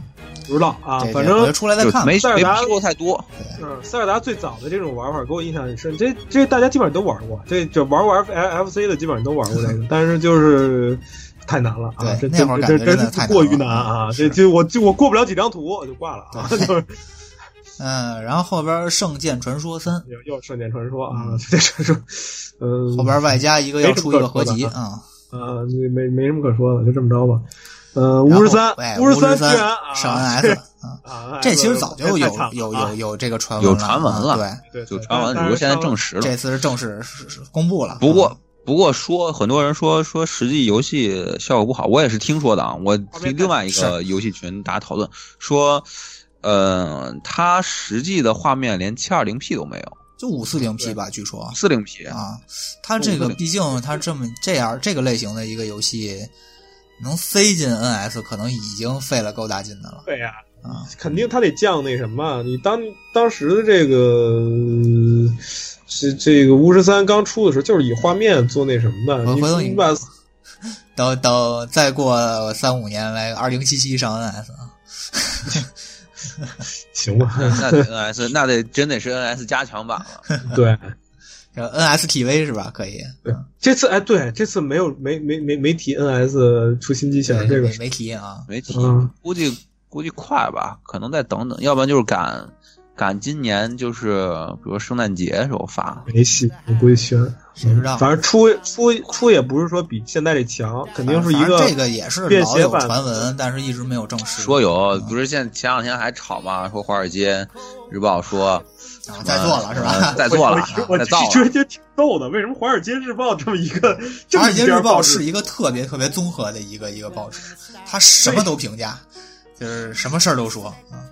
Speaker 2: 不知道啊
Speaker 1: 这，
Speaker 2: 反
Speaker 1: 这回
Speaker 2: 正
Speaker 1: 出来再
Speaker 3: 就
Speaker 1: 看吧。
Speaker 3: 没
Speaker 2: 塞尔
Speaker 3: 没
Speaker 2: 达
Speaker 3: 披露太多。
Speaker 2: 嗯，塞尔达最早的这种玩法给我印象很深，这这大家基本上都玩过，这就玩过 F F C 的基本上都玩过这个，但是就是太难了啊，这
Speaker 1: 对那
Speaker 2: 这
Speaker 1: 会儿感
Speaker 2: 这
Speaker 1: 觉
Speaker 2: 这
Speaker 1: 真的
Speaker 2: 这
Speaker 1: 太
Speaker 2: 过
Speaker 1: 难
Speaker 2: 于
Speaker 1: 了
Speaker 2: 难啊，
Speaker 1: 是
Speaker 2: 这这我就我过不了几张图我就挂了啊，就是
Speaker 1: 嗯，然后后边《圣剑传说三》，
Speaker 2: 又又圣剑传说啊
Speaker 1: 嗯，
Speaker 2: 圣剑传说，嗯，
Speaker 1: 后边外加一个要出一个合集啊，
Speaker 2: 啊，没没没什么可说的，就这么着吧。呃，
Speaker 1: 然
Speaker 2: 五
Speaker 1: 后
Speaker 2: 十三
Speaker 1: 哎，
Speaker 2: 五
Speaker 1: 53
Speaker 2: 十三居然啊，
Speaker 1: 上 NS 啊，
Speaker 2: 啊，
Speaker 1: 这其实早就有
Speaker 2: 太惨了
Speaker 1: 有
Speaker 2: 啊
Speaker 1: 有有这个传闻
Speaker 3: 有
Speaker 1: 了
Speaker 3: 传闻
Speaker 1: 啊
Speaker 3: 了
Speaker 1: 对，
Speaker 2: 对，
Speaker 3: 就
Speaker 2: 对
Speaker 3: 传闻，只不过现在证实了。
Speaker 1: 这次是正式是是公布了。
Speaker 3: 不过
Speaker 1: 啊，
Speaker 3: 不过说很多人说说实际游戏效果不好，我也是听说的啊。我听另外一个游戏群大家讨论说，呃，它实际的画面连七二零 P 都没有，
Speaker 1: 就五四零 P 吧，据说
Speaker 3: 四零 P
Speaker 1: 啊，它这个毕竟它这么这样这个类型的一个游戏，能塞进 NS 可能已经费了够大劲的了。
Speaker 2: 对呀、
Speaker 1: 啊，
Speaker 2: 肯定他得降那什么，啊你当当时的这个是这个巫师三刚出的时候，就是以画面做那什么的。
Speaker 1: 我回头
Speaker 2: 你
Speaker 1: 你
Speaker 2: 把
Speaker 1: 等等，再过三五年来二零七七上 NS 啊，
Speaker 2: 行吧，
Speaker 3: 那得 NS 那得真得是 NS 加强版了。
Speaker 2: 对，
Speaker 1: 然后 NSTV 是吧？可以，
Speaker 2: 这次哎，对，这次没有没没没没提 NS 出新机型
Speaker 1: 对
Speaker 2: 这个
Speaker 1: 没，没提啊。
Speaker 3: 没提，
Speaker 2: 嗯
Speaker 3: 估计估计快吧，可能再等等，要不然就是赶赶今年就是比如说圣诞节时候发。
Speaker 2: 没戏，我估计宣，
Speaker 1: 谁知道
Speaker 2: 反正出出出也不是说比现在这强，肯定是一
Speaker 1: 反正
Speaker 2: 个
Speaker 1: 这个也是
Speaker 2: 便
Speaker 1: 老
Speaker 2: 携
Speaker 1: 有
Speaker 2: 版
Speaker 1: 传闻，但是一直没有证实。
Speaker 3: 说有，不是现在前两天还吵嘛，说华尔街日报说
Speaker 1: 啊，在做
Speaker 2: 嗯
Speaker 1: 了是吧？
Speaker 3: 在做了
Speaker 2: 我，我
Speaker 3: 在
Speaker 2: 我
Speaker 3: 造
Speaker 2: 觉
Speaker 3: 了。
Speaker 2: 得挺逗的，为什么《华尔街日报》这么一个这
Speaker 1: 华
Speaker 2: 么
Speaker 1: 尔
Speaker 2: 一
Speaker 1: 街
Speaker 2: 家
Speaker 1: 日报
Speaker 2: 报纸
Speaker 1: 是一个特别特别综合的一个一个报纸，它什么都评价，就是什么事儿都说啊。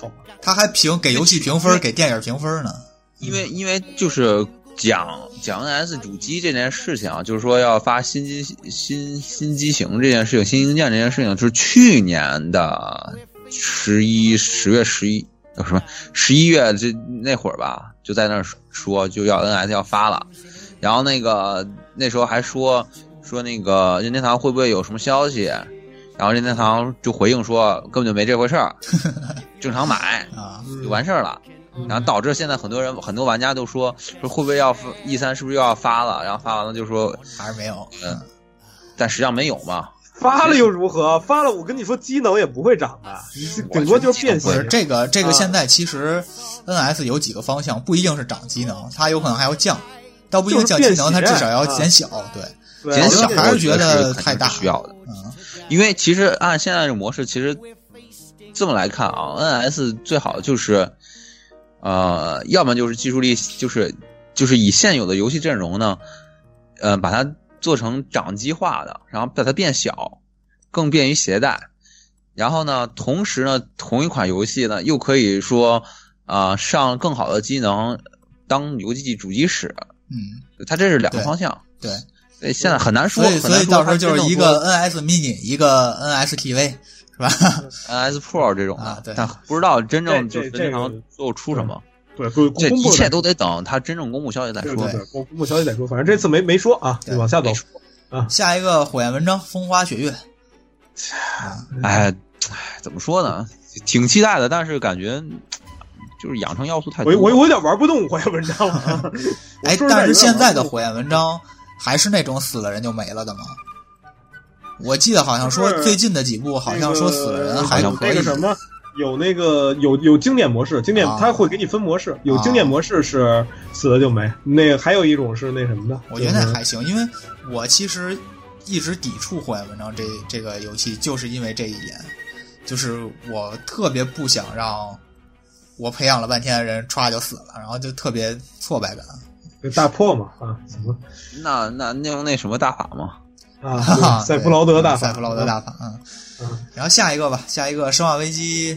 Speaker 2: 好吧？
Speaker 1: 它还评给游戏评分，给电影评分呢。
Speaker 3: 因为因为就是讲讲 NS 主机这件事情啊，就是说要发新机新新机型这件事情，新硬件这件事情，就是去年的十一十月十一叫什么十一月这那会儿吧，就在那儿说就要 NS 要发了，然后那个那时候还说说那个任天堂会不会有什么消息，然后任天堂就回应说根本就没这回事儿，正常买
Speaker 1: 啊，
Speaker 3: 就完事儿了。
Speaker 2: 嗯
Speaker 3: 然后导致现在很多人很多玩家都说说会不会要 E 三是不是又要发了？然后发完了就说，
Speaker 1: 还是没有。嗯，
Speaker 3: 但实际上没有嘛。
Speaker 2: 发了又如何？发了，我跟你说，机能也不会涨的，你这顶多就是变
Speaker 1: 不
Speaker 2: 形
Speaker 1: 是。这个这个
Speaker 2: 啊
Speaker 1: 现在其实 NS 有几个方向，不一定是长机能，它有可能还要降，倒不一定降机能，它
Speaker 2: 就是
Speaker 1: 至
Speaker 2: 变形
Speaker 1: 少要
Speaker 2: 啊
Speaker 1: 减小。对，
Speaker 2: 对
Speaker 3: 减
Speaker 1: 小
Speaker 3: 小
Speaker 2: 我
Speaker 1: 还是
Speaker 2: 觉得
Speaker 1: 觉得太大
Speaker 3: 肯定是需要的，
Speaker 1: 嗯，
Speaker 3: 因为其实按现在的模式，其实这么来看啊，NS 最好就是，呃，要么就是技术力，就是就是以现有的游戏阵容呢，呃，把它做成掌机化的，然后把它变小，更便于携带。然后呢，同时呢，同一款游戏呢，又可以说啊、呃上更好的机能当游戏机主机使，
Speaker 1: 嗯，
Speaker 3: 它这是两个
Speaker 1: 对
Speaker 3: 方向。
Speaker 1: 对，
Speaker 3: 所以现在很难说，
Speaker 1: 所以
Speaker 3: 很
Speaker 1: 所
Speaker 3: 难
Speaker 1: 以
Speaker 3: 说
Speaker 1: 到时候
Speaker 3: 它
Speaker 1: 就是
Speaker 3: 真正
Speaker 1: 一
Speaker 3: 说
Speaker 1: 个 NS mini，一个 NSTV 是吧？
Speaker 3: NS Pro 这种的，
Speaker 1: 啊对
Speaker 3: 但不知道真正
Speaker 2: 这
Speaker 3: 就是
Speaker 2: 这
Speaker 3: 任天堂
Speaker 2: 这个
Speaker 3: 最后出什么，
Speaker 2: 对，不
Speaker 3: 这
Speaker 2: 公
Speaker 3: 一
Speaker 2: 布
Speaker 3: 切
Speaker 2: 的
Speaker 3: 都得等它真正公布消息再
Speaker 2: 对
Speaker 3: 说。
Speaker 2: 对对，公公布消息再说。反正这次没没说啊，
Speaker 1: 对
Speaker 2: 往下走
Speaker 3: 没。
Speaker 1: 下一个火焰文章，风花雪月。
Speaker 3: 哎，哎怎么说呢？挺期待的，但是感觉嗯就是养成要素太多
Speaker 2: 我
Speaker 3: 了。
Speaker 2: 我我有点玩不动我也文章了 啊。
Speaker 1: 哎
Speaker 2: 我说实，在
Speaker 1: 但是
Speaker 2: 有点
Speaker 1: 现在的
Speaker 2: 玩不动
Speaker 1: 火焰文章还是那种死了人就没了的吗？我记得好像说
Speaker 2: 就是
Speaker 1: 最近的几部好像说死了人还
Speaker 2: 有
Speaker 1: 可
Speaker 2: 那
Speaker 1: 以
Speaker 2: 个什么，有那个有有经典模式，经典
Speaker 1: 啊
Speaker 2: 它会给你分模式，有经典模式是死了就没，那还有一种是那什么的，
Speaker 1: 我觉得
Speaker 3: 嗯
Speaker 2: 就是
Speaker 1: 那还行，因为我其实一直抵触《火焰文章这》这个游戏，就是因为这一点，就是我特别不想让我培养了半天的人歘就死了，然后就特别挫败感。，
Speaker 2: 大破嘛啊，怎么
Speaker 3: 那那那用那什么大法吗？
Speaker 2: 啊对塞弗劳德大
Speaker 1: 对
Speaker 2: 法，
Speaker 1: 塞弗劳德大法，嗯
Speaker 2: 嗯。
Speaker 1: 然后下一个吧，下一个《生化危机》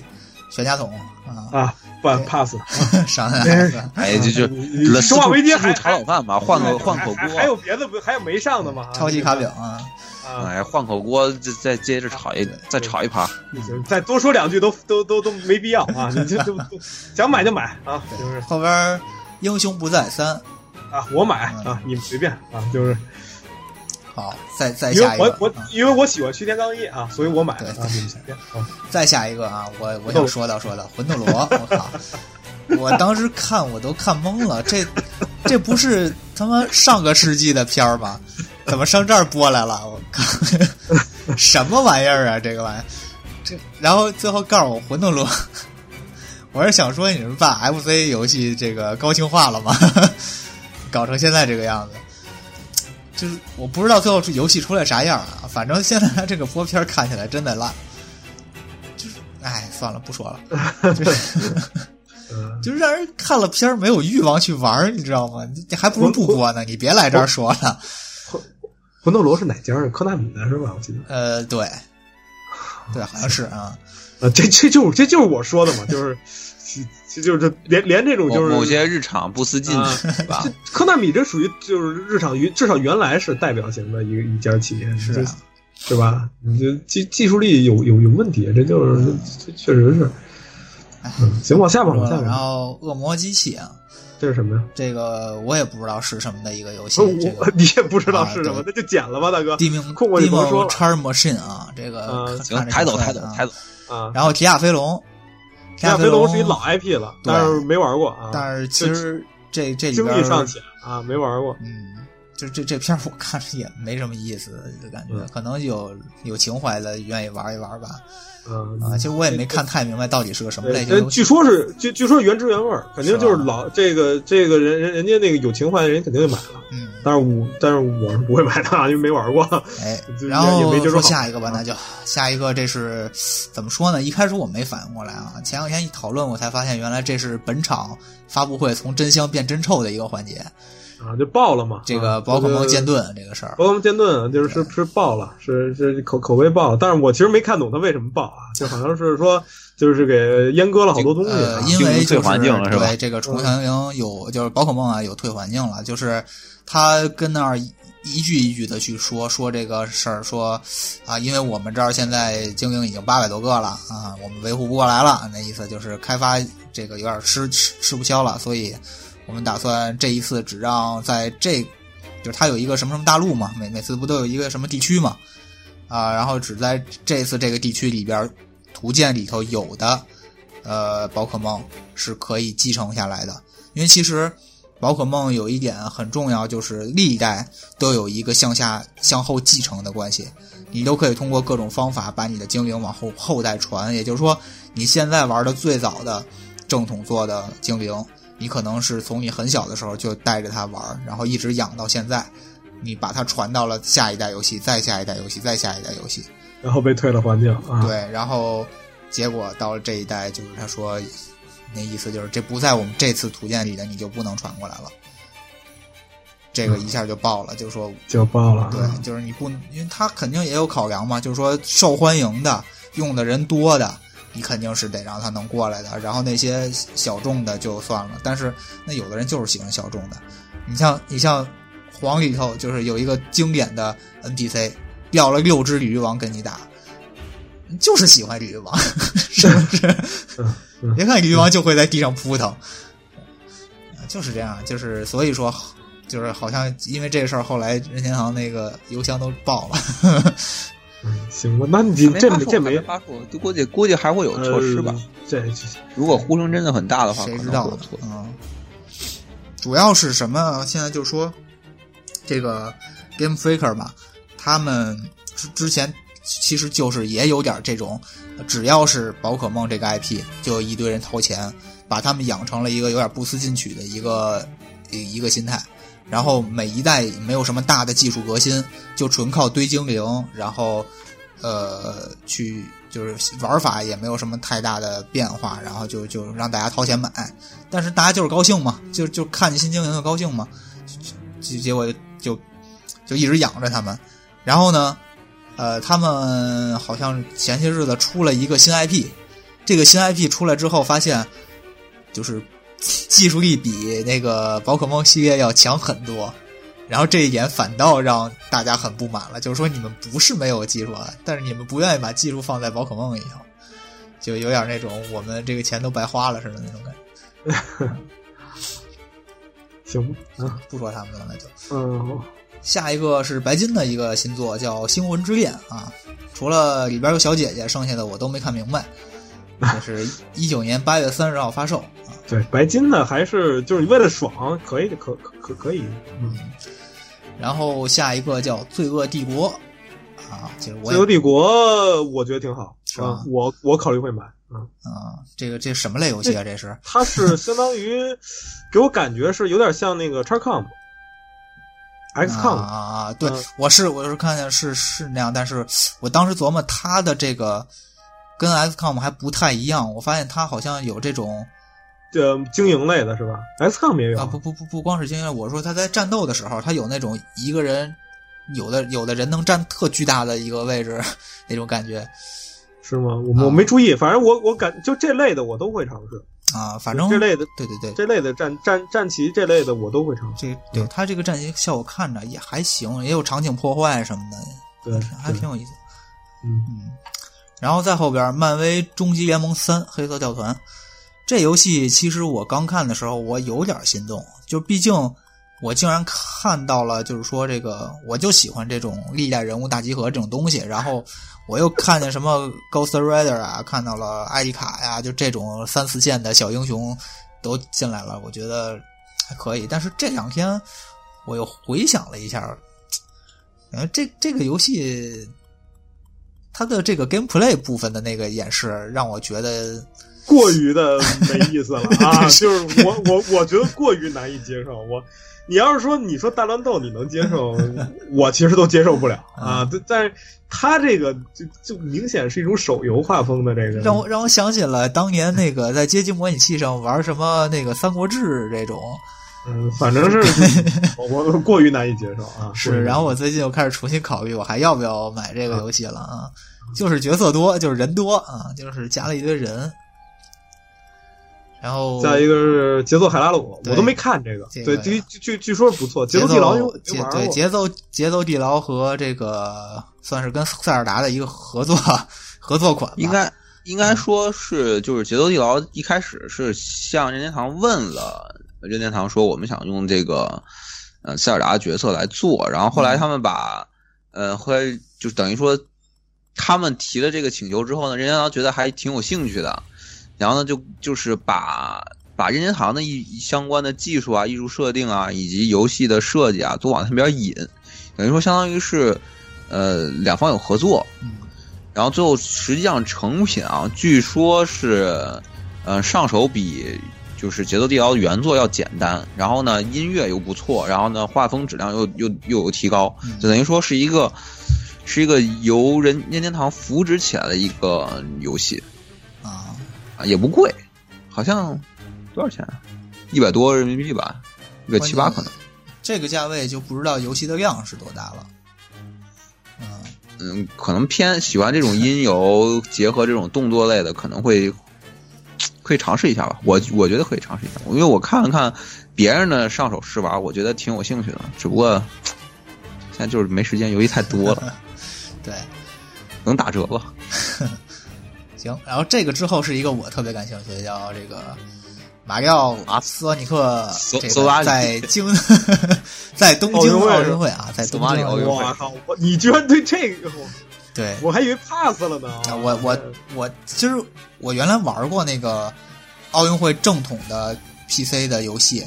Speaker 1: 全家桶啊，
Speaker 2: 啊，不 pass，
Speaker 1: 上来了。
Speaker 3: 哎，就就
Speaker 2: 你你生化危机还
Speaker 3: 自助炒冷饭吧，换个换口
Speaker 2: 还还还有
Speaker 3: 锅，
Speaker 2: 别的不还有没上的吗？啊
Speaker 1: 超级卡表啊，
Speaker 2: 啊，
Speaker 3: 哎，换口锅，再再接着炒一
Speaker 1: 对
Speaker 3: 再炒一盘。
Speaker 2: 行再多说两句都都都都没必要啊！你就就就想买就买啊，
Speaker 1: 对
Speaker 2: 就是
Speaker 1: 后边儿英雄不在三，
Speaker 2: 啊，我买啊，你们随便啊，就是
Speaker 1: 好，再再
Speaker 2: 因
Speaker 1: 下
Speaker 2: 为
Speaker 1: 一
Speaker 2: 我
Speaker 1: 个，
Speaker 2: 我
Speaker 1: 啊
Speaker 2: 因为我喜欢虚天刚一啊，所以我买
Speaker 1: 对
Speaker 2: 了啊，你们随便啊，
Speaker 1: 再下一个啊，我我想说到说到魂斗罗，我靠，我当时看我都看懵了，这这不是他妈上个世纪的片儿吗？怎么上这儿播来了？我靠，什么玩意儿啊？这个玩意儿，这然后最后告诉我魂斗罗，我是想说你们把 FC 游戏这个高清化了吗？ 搞成现在这个样子。就是我不知道最后这游戏出来啥样啊，反正现在它这个播片儿看起来真的烂，哎，算了，不说了， 就是
Speaker 2: 嗯
Speaker 1: 就是让人看了片儿没有欲望去玩儿，你知道吗？你还不如不播呢，你别来这儿说了。
Speaker 2: 魂斗罗是哪家的？科纳米的是吧？我记得
Speaker 1: 呃，对，对，好像是啊。
Speaker 2: 啊，这这就是这就是我说的嘛，就是这就是连连这种
Speaker 3: 某
Speaker 2: 就是
Speaker 3: 某些日常不思进
Speaker 2: 啊
Speaker 3: 取是 吧
Speaker 2: 这，科纳米这属于就是日常娱，至少原来是代表型的一个一家企业，
Speaker 1: 是
Speaker 2: 这
Speaker 1: 啊
Speaker 2: 是吧？你这技技术力有有有问题，这就是
Speaker 1: 嗯
Speaker 2: 这确实是。嗯，行，往下吧，往下
Speaker 1: 哎然
Speaker 2: 吧。
Speaker 1: 后《恶魔机器》啊，
Speaker 2: 这是什么呀？
Speaker 1: 这个我也不知道是什么的一个游戏
Speaker 2: 我，
Speaker 1: 这
Speaker 2: 我
Speaker 1: 个
Speaker 2: 你也不知道是什么
Speaker 1: 啊，
Speaker 2: 那就剪了吧，大哥。
Speaker 1: 地 名
Speaker 2: 空呃我
Speaker 1: 地
Speaker 2: 就甭
Speaker 1: 名
Speaker 2: 说了
Speaker 1: Char Machine 啊，这个
Speaker 2: 嗯
Speaker 1: 看
Speaker 3: 行，
Speaker 1: 看这
Speaker 3: 抬
Speaker 1: 个
Speaker 3: 走抬
Speaker 1: 看
Speaker 3: 走
Speaker 1: 啊
Speaker 3: 抬走，
Speaker 2: 啊，
Speaker 1: 然后铁甲飞龙，
Speaker 2: 《亚
Speaker 1: 飞
Speaker 2: 飞龙》是一老
Speaker 1: 老，
Speaker 2: IP 了，但是没玩过啊。
Speaker 1: 但是其实这这里
Speaker 2: 经
Speaker 1: 边
Speaker 2: 历尚
Speaker 1: 儿，
Speaker 2: 浅啊，没玩过。
Speaker 1: 嗯，就这这片儿我看着也没什么意思，就感觉
Speaker 2: 嗯
Speaker 1: 可能有有情怀的愿意玩一玩吧。
Speaker 2: 嗯
Speaker 1: 啊，其实我也没看太明白到底是个什么类型的
Speaker 2: 呃，
Speaker 1: 游戏。
Speaker 2: 据说是据据说是原汁原味儿，肯定就是
Speaker 1: 是啊吧
Speaker 2: 老这个这个人人人家那个有情怀的人肯定就买了，
Speaker 1: 嗯，
Speaker 2: 但是我但是我是不会买的，啊因为没玩过。
Speaker 1: 哎
Speaker 2: 就，
Speaker 1: 然
Speaker 2: 也
Speaker 1: 后
Speaker 2: 没接触
Speaker 1: 说
Speaker 2: 好啊
Speaker 1: 下一个吧，那就下一个，这是怎么说呢？一开始我没反应过来啊，前两天一讨论，我才发现原来这是本场发布会从真香变真臭的一个环节。
Speaker 2: 啊，就爆了嘛。
Speaker 1: 这
Speaker 2: 啊
Speaker 1: 个宝可梦剑，
Speaker 2: 这个
Speaker 1: 盾这个事儿，
Speaker 2: 宝可梦剑盾啊就是是是爆了，是是口口碑爆了，但是我其实没看懂它为什么爆啊，就好像是说 就是给阉割了好多东西啊
Speaker 1: 呃，因为
Speaker 3: 进
Speaker 1: 就
Speaker 3: 入退环境了是吧
Speaker 1: 对这个宠物小精灵有就是宝可梦啊有退环境了，就是他跟那儿一一句一句的去说说这个事儿，说啊，因为我们这儿现在精灵已经八百多个了啊，我们维护不过来了，那意思就是开发这个有点吃吃吃不消了，所以我们打算这一次只让在这。就是它有一个什么什么大陆嘛，每每次不都有一个什么地区嘛，啊，然后只在这次这个地区里边儿图鉴里头有的，呃，宝可梦是可以继承下来的。因为其实宝可梦有一点很重要，就是历代都有一个向下向后继承的关系，你都可以通过各种方法把你的精灵往后后代传。也就是说，你现在玩的最早的正统做的精灵，你可能是从你很小的时候就带着它玩儿，然后一直养到现在。你把它传到了下一代游戏，再下一代游戏，再下一代游戏，
Speaker 2: 然后被退了环境啊。
Speaker 1: 对，然后结果到了这一代，就是他说那意思就是这不在我们这次图鉴里的，你就不能传过来了。这个一下就爆了，就说
Speaker 2: 就爆了啊。
Speaker 1: 对，就是你不，因为他肯定也有考量嘛，就是说受欢迎的、用的人多的，你肯定是得让他能过来的。然后那些小众的就算了，但是那有的人就是喜欢小众的。你像你像黄里头就是有一个经典的 NPC，要了六只鲤鱼王跟你打，就是喜欢鲤鱼王，是不是？
Speaker 2: 嗯嗯
Speaker 1: 别看鲤鱼王就会在地上扑腾，就是这样，就是所以说，就是好像因为这事儿，后来任天堂那个邮箱都爆了。
Speaker 2: 嗯行吧，那你这
Speaker 3: 还
Speaker 2: 没
Speaker 3: 没
Speaker 2: 这没
Speaker 3: 发布，就估计估计还会有措施吧。
Speaker 2: 呃这这
Speaker 3: 如果呼声真的很大的 话，
Speaker 1: 谁
Speaker 3: 可
Speaker 1: 知
Speaker 3: 能
Speaker 1: 道
Speaker 3: 会有
Speaker 1: 呢
Speaker 3: 措？施。
Speaker 1: 嗯，主要是什么啊？现在就说这个 Game Freaker 嘛，他们之之前其实就是也有点这种，只要是宝可梦这个 IP，就有一堆人掏钱，把他们养成了一个有点不思进取的一个一个心态。然后每一代没有什么大的技术革新，就纯靠堆精灵，然后呃去就是玩法也没有什么太大的变化，然后就就让大家掏钱买，但是大家就是高兴嘛，就就看见新精灵就高兴嘛，结结果就就一直养着他们，然后呢，呃，他们好像前些日子出了一个新 IP，这个新 IP 出来之后发现就是 技术力比那个宝可梦系列要强很多。然后这一点反倒让大家很不满了，就是说你们不是没有技术啊，但是你们不愿意把技术放在宝可梦里头，就有点那种我们这个钱都白花了似的那种感觉。
Speaker 2: 行吧啊，
Speaker 1: 不说他们了，那就
Speaker 2: 嗯，
Speaker 1: 下一个是白金的一个新作叫《星魂之恋》啊，除了里边有小姐姐，剩下的我都没看明白。这是一九年八月三十号发售啊，
Speaker 2: 对，白金呢还是就是为了爽，可以可可可可以，嗯，
Speaker 1: 然后下一个叫《罪恶帝国》啊，其实我
Speaker 2: 自由
Speaker 1: 也
Speaker 2: 帝国我觉得挺好
Speaker 1: 是吧
Speaker 2: 啊，我我考虑会买啊，
Speaker 1: 啊，这个这什么类游戏啊？这是
Speaker 2: 它 是相当于给我感觉是有点像那个 XCOM。
Speaker 1: 啊
Speaker 2: XCOM
Speaker 1: 啊啊！对
Speaker 2: 嗯，
Speaker 1: 我是我是看见是是那样，但是我当时琢磨它的这个跟 XCOM 还不太一样，我发现它好像有这种啊
Speaker 2: 呃经营类的是吧？XCOM 也有
Speaker 1: 啊，不不不不光是经验，我说他在战斗的时候，他有那种一个人有的有的人能占特巨大的一个位置那种感觉
Speaker 2: 是吗？我我没注意，反正我我感就这类的我都会尝试，
Speaker 1: 啊，反正
Speaker 2: 这类的
Speaker 1: 对对对，
Speaker 2: 这类嗯的战战战旗这类的我都会尝试。
Speaker 1: 这对他这个战役效果看着也还行，也有场景破坏什么的，
Speaker 2: 对，
Speaker 1: 还挺有意思。
Speaker 2: 嗯
Speaker 1: 嗯，然后再后边，漫威《终极联盟三：黑色教团》这游戏，其实我刚看的时候，我有点心动，就毕竟我竟然看到了，就是说这个，我就喜欢这种历代人物大集合这种东西。然后我又看见什么 Ghost Rider 啊，看到了艾丽卡呀、就这种三四线的小英雄都进来了，我觉得还可以。但是这两天我又回想了一下，感觉这这个游戏它的这个 gameplay 部分的那个演示，让我觉得
Speaker 2: 过于的没 意思了啊！就是我我我觉得过于难以接受。我你要是说你说大乱斗你能接受， 我其实都接受不了
Speaker 1: 嗯
Speaker 2: 啊。但但是他这个就就明显是一种手游画风的这个，
Speaker 1: 让我让我想起了当年那个在街机模拟器上玩什么那个《三国志》这种。
Speaker 2: 嗯，反正是 我我过于难以接受啊。过于
Speaker 1: 是，
Speaker 2: 难以
Speaker 1: 然后我最近又开始重新考虑我还要不要买这个游戏了啊。就是角色多，就是人多啊，就是加了一堆人。然后
Speaker 2: 再一个是节奏海拉鲁，
Speaker 1: 对
Speaker 2: 我都没看这个
Speaker 1: 这。个
Speaker 2: 对，据据据据说是不错，节奏地牢因为我没
Speaker 1: 节
Speaker 2: 玩
Speaker 1: 对
Speaker 2: 过。
Speaker 1: 节奏节奏地牢和这个算是跟塞尔达的一个合作合作款吧，
Speaker 3: 应该应该说是就是节奏地牢一开始是向任天堂问了任天堂说我们想用这个呃塞尔达的角色来做，然后后来他们把、呃后来就等于说他们提了这个请求之后呢，任天堂觉得还挺有兴趣的，然后呢就就是把。把任天堂的一一相关的技术啊、艺术设定啊，以及游戏的设计啊，都往那边引，等于说相当于是，呃，两方有合作，
Speaker 1: 嗯
Speaker 3: 然后最后实际上成品啊，据说是，呃，上手比就是《节奏地牢》原作要简单，然后呢，音乐又不错，然后呢，画风质量又又又有提高，
Speaker 1: 嗯
Speaker 3: 就等于说是一个是一个由人任天堂扶植起来的一个游戏
Speaker 1: 啊，
Speaker 3: 啊，也不贵，好像多少钱啊？一百多人民币吧，一百七八可能。
Speaker 1: 这个价位就不知道游戏的量是多大了。嗯，
Speaker 3: 嗯，可能偏喜欢这种 音游结合这种动作类的，可能会可以尝试一下吧。我我觉得可以尝试一下，因为我看了看别人的上手试玩，我觉得挺有兴趣的。只不过现在就是没时间，游戏太多 了，
Speaker 1: 对，
Speaker 3: 能打折吧？
Speaker 1: 行。然后这个之后是一个我特别感兴趣的，叫这个马里奥
Speaker 3: 啊
Speaker 1: 斯瓦尼克
Speaker 3: 索
Speaker 1: 这
Speaker 3: 索
Speaker 1: 个
Speaker 3: 马里
Speaker 1: 在京 在东京
Speaker 2: 奥运会
Speaker 1: 奥
Speaker 2: 是吧
Speaker 1: 运会啊，在
Speaker 3: 索
Speaker 1: 东
Speaker 3: 马里
Speaker 1: 京
Speaker 3: 奥
Speaker 1: 奥运
Speaker 3: 运
Speaker 1: 会
Speaker 3: 会
Speaker 2: 我靠！我你居然对这个，我
Speaker 1: 对。
Speaker 2: 我还以为 pass 了呢。
Speaker 1: 啊，我 我我其实我原来玩过那个奥运会正统的 PC 的游戏，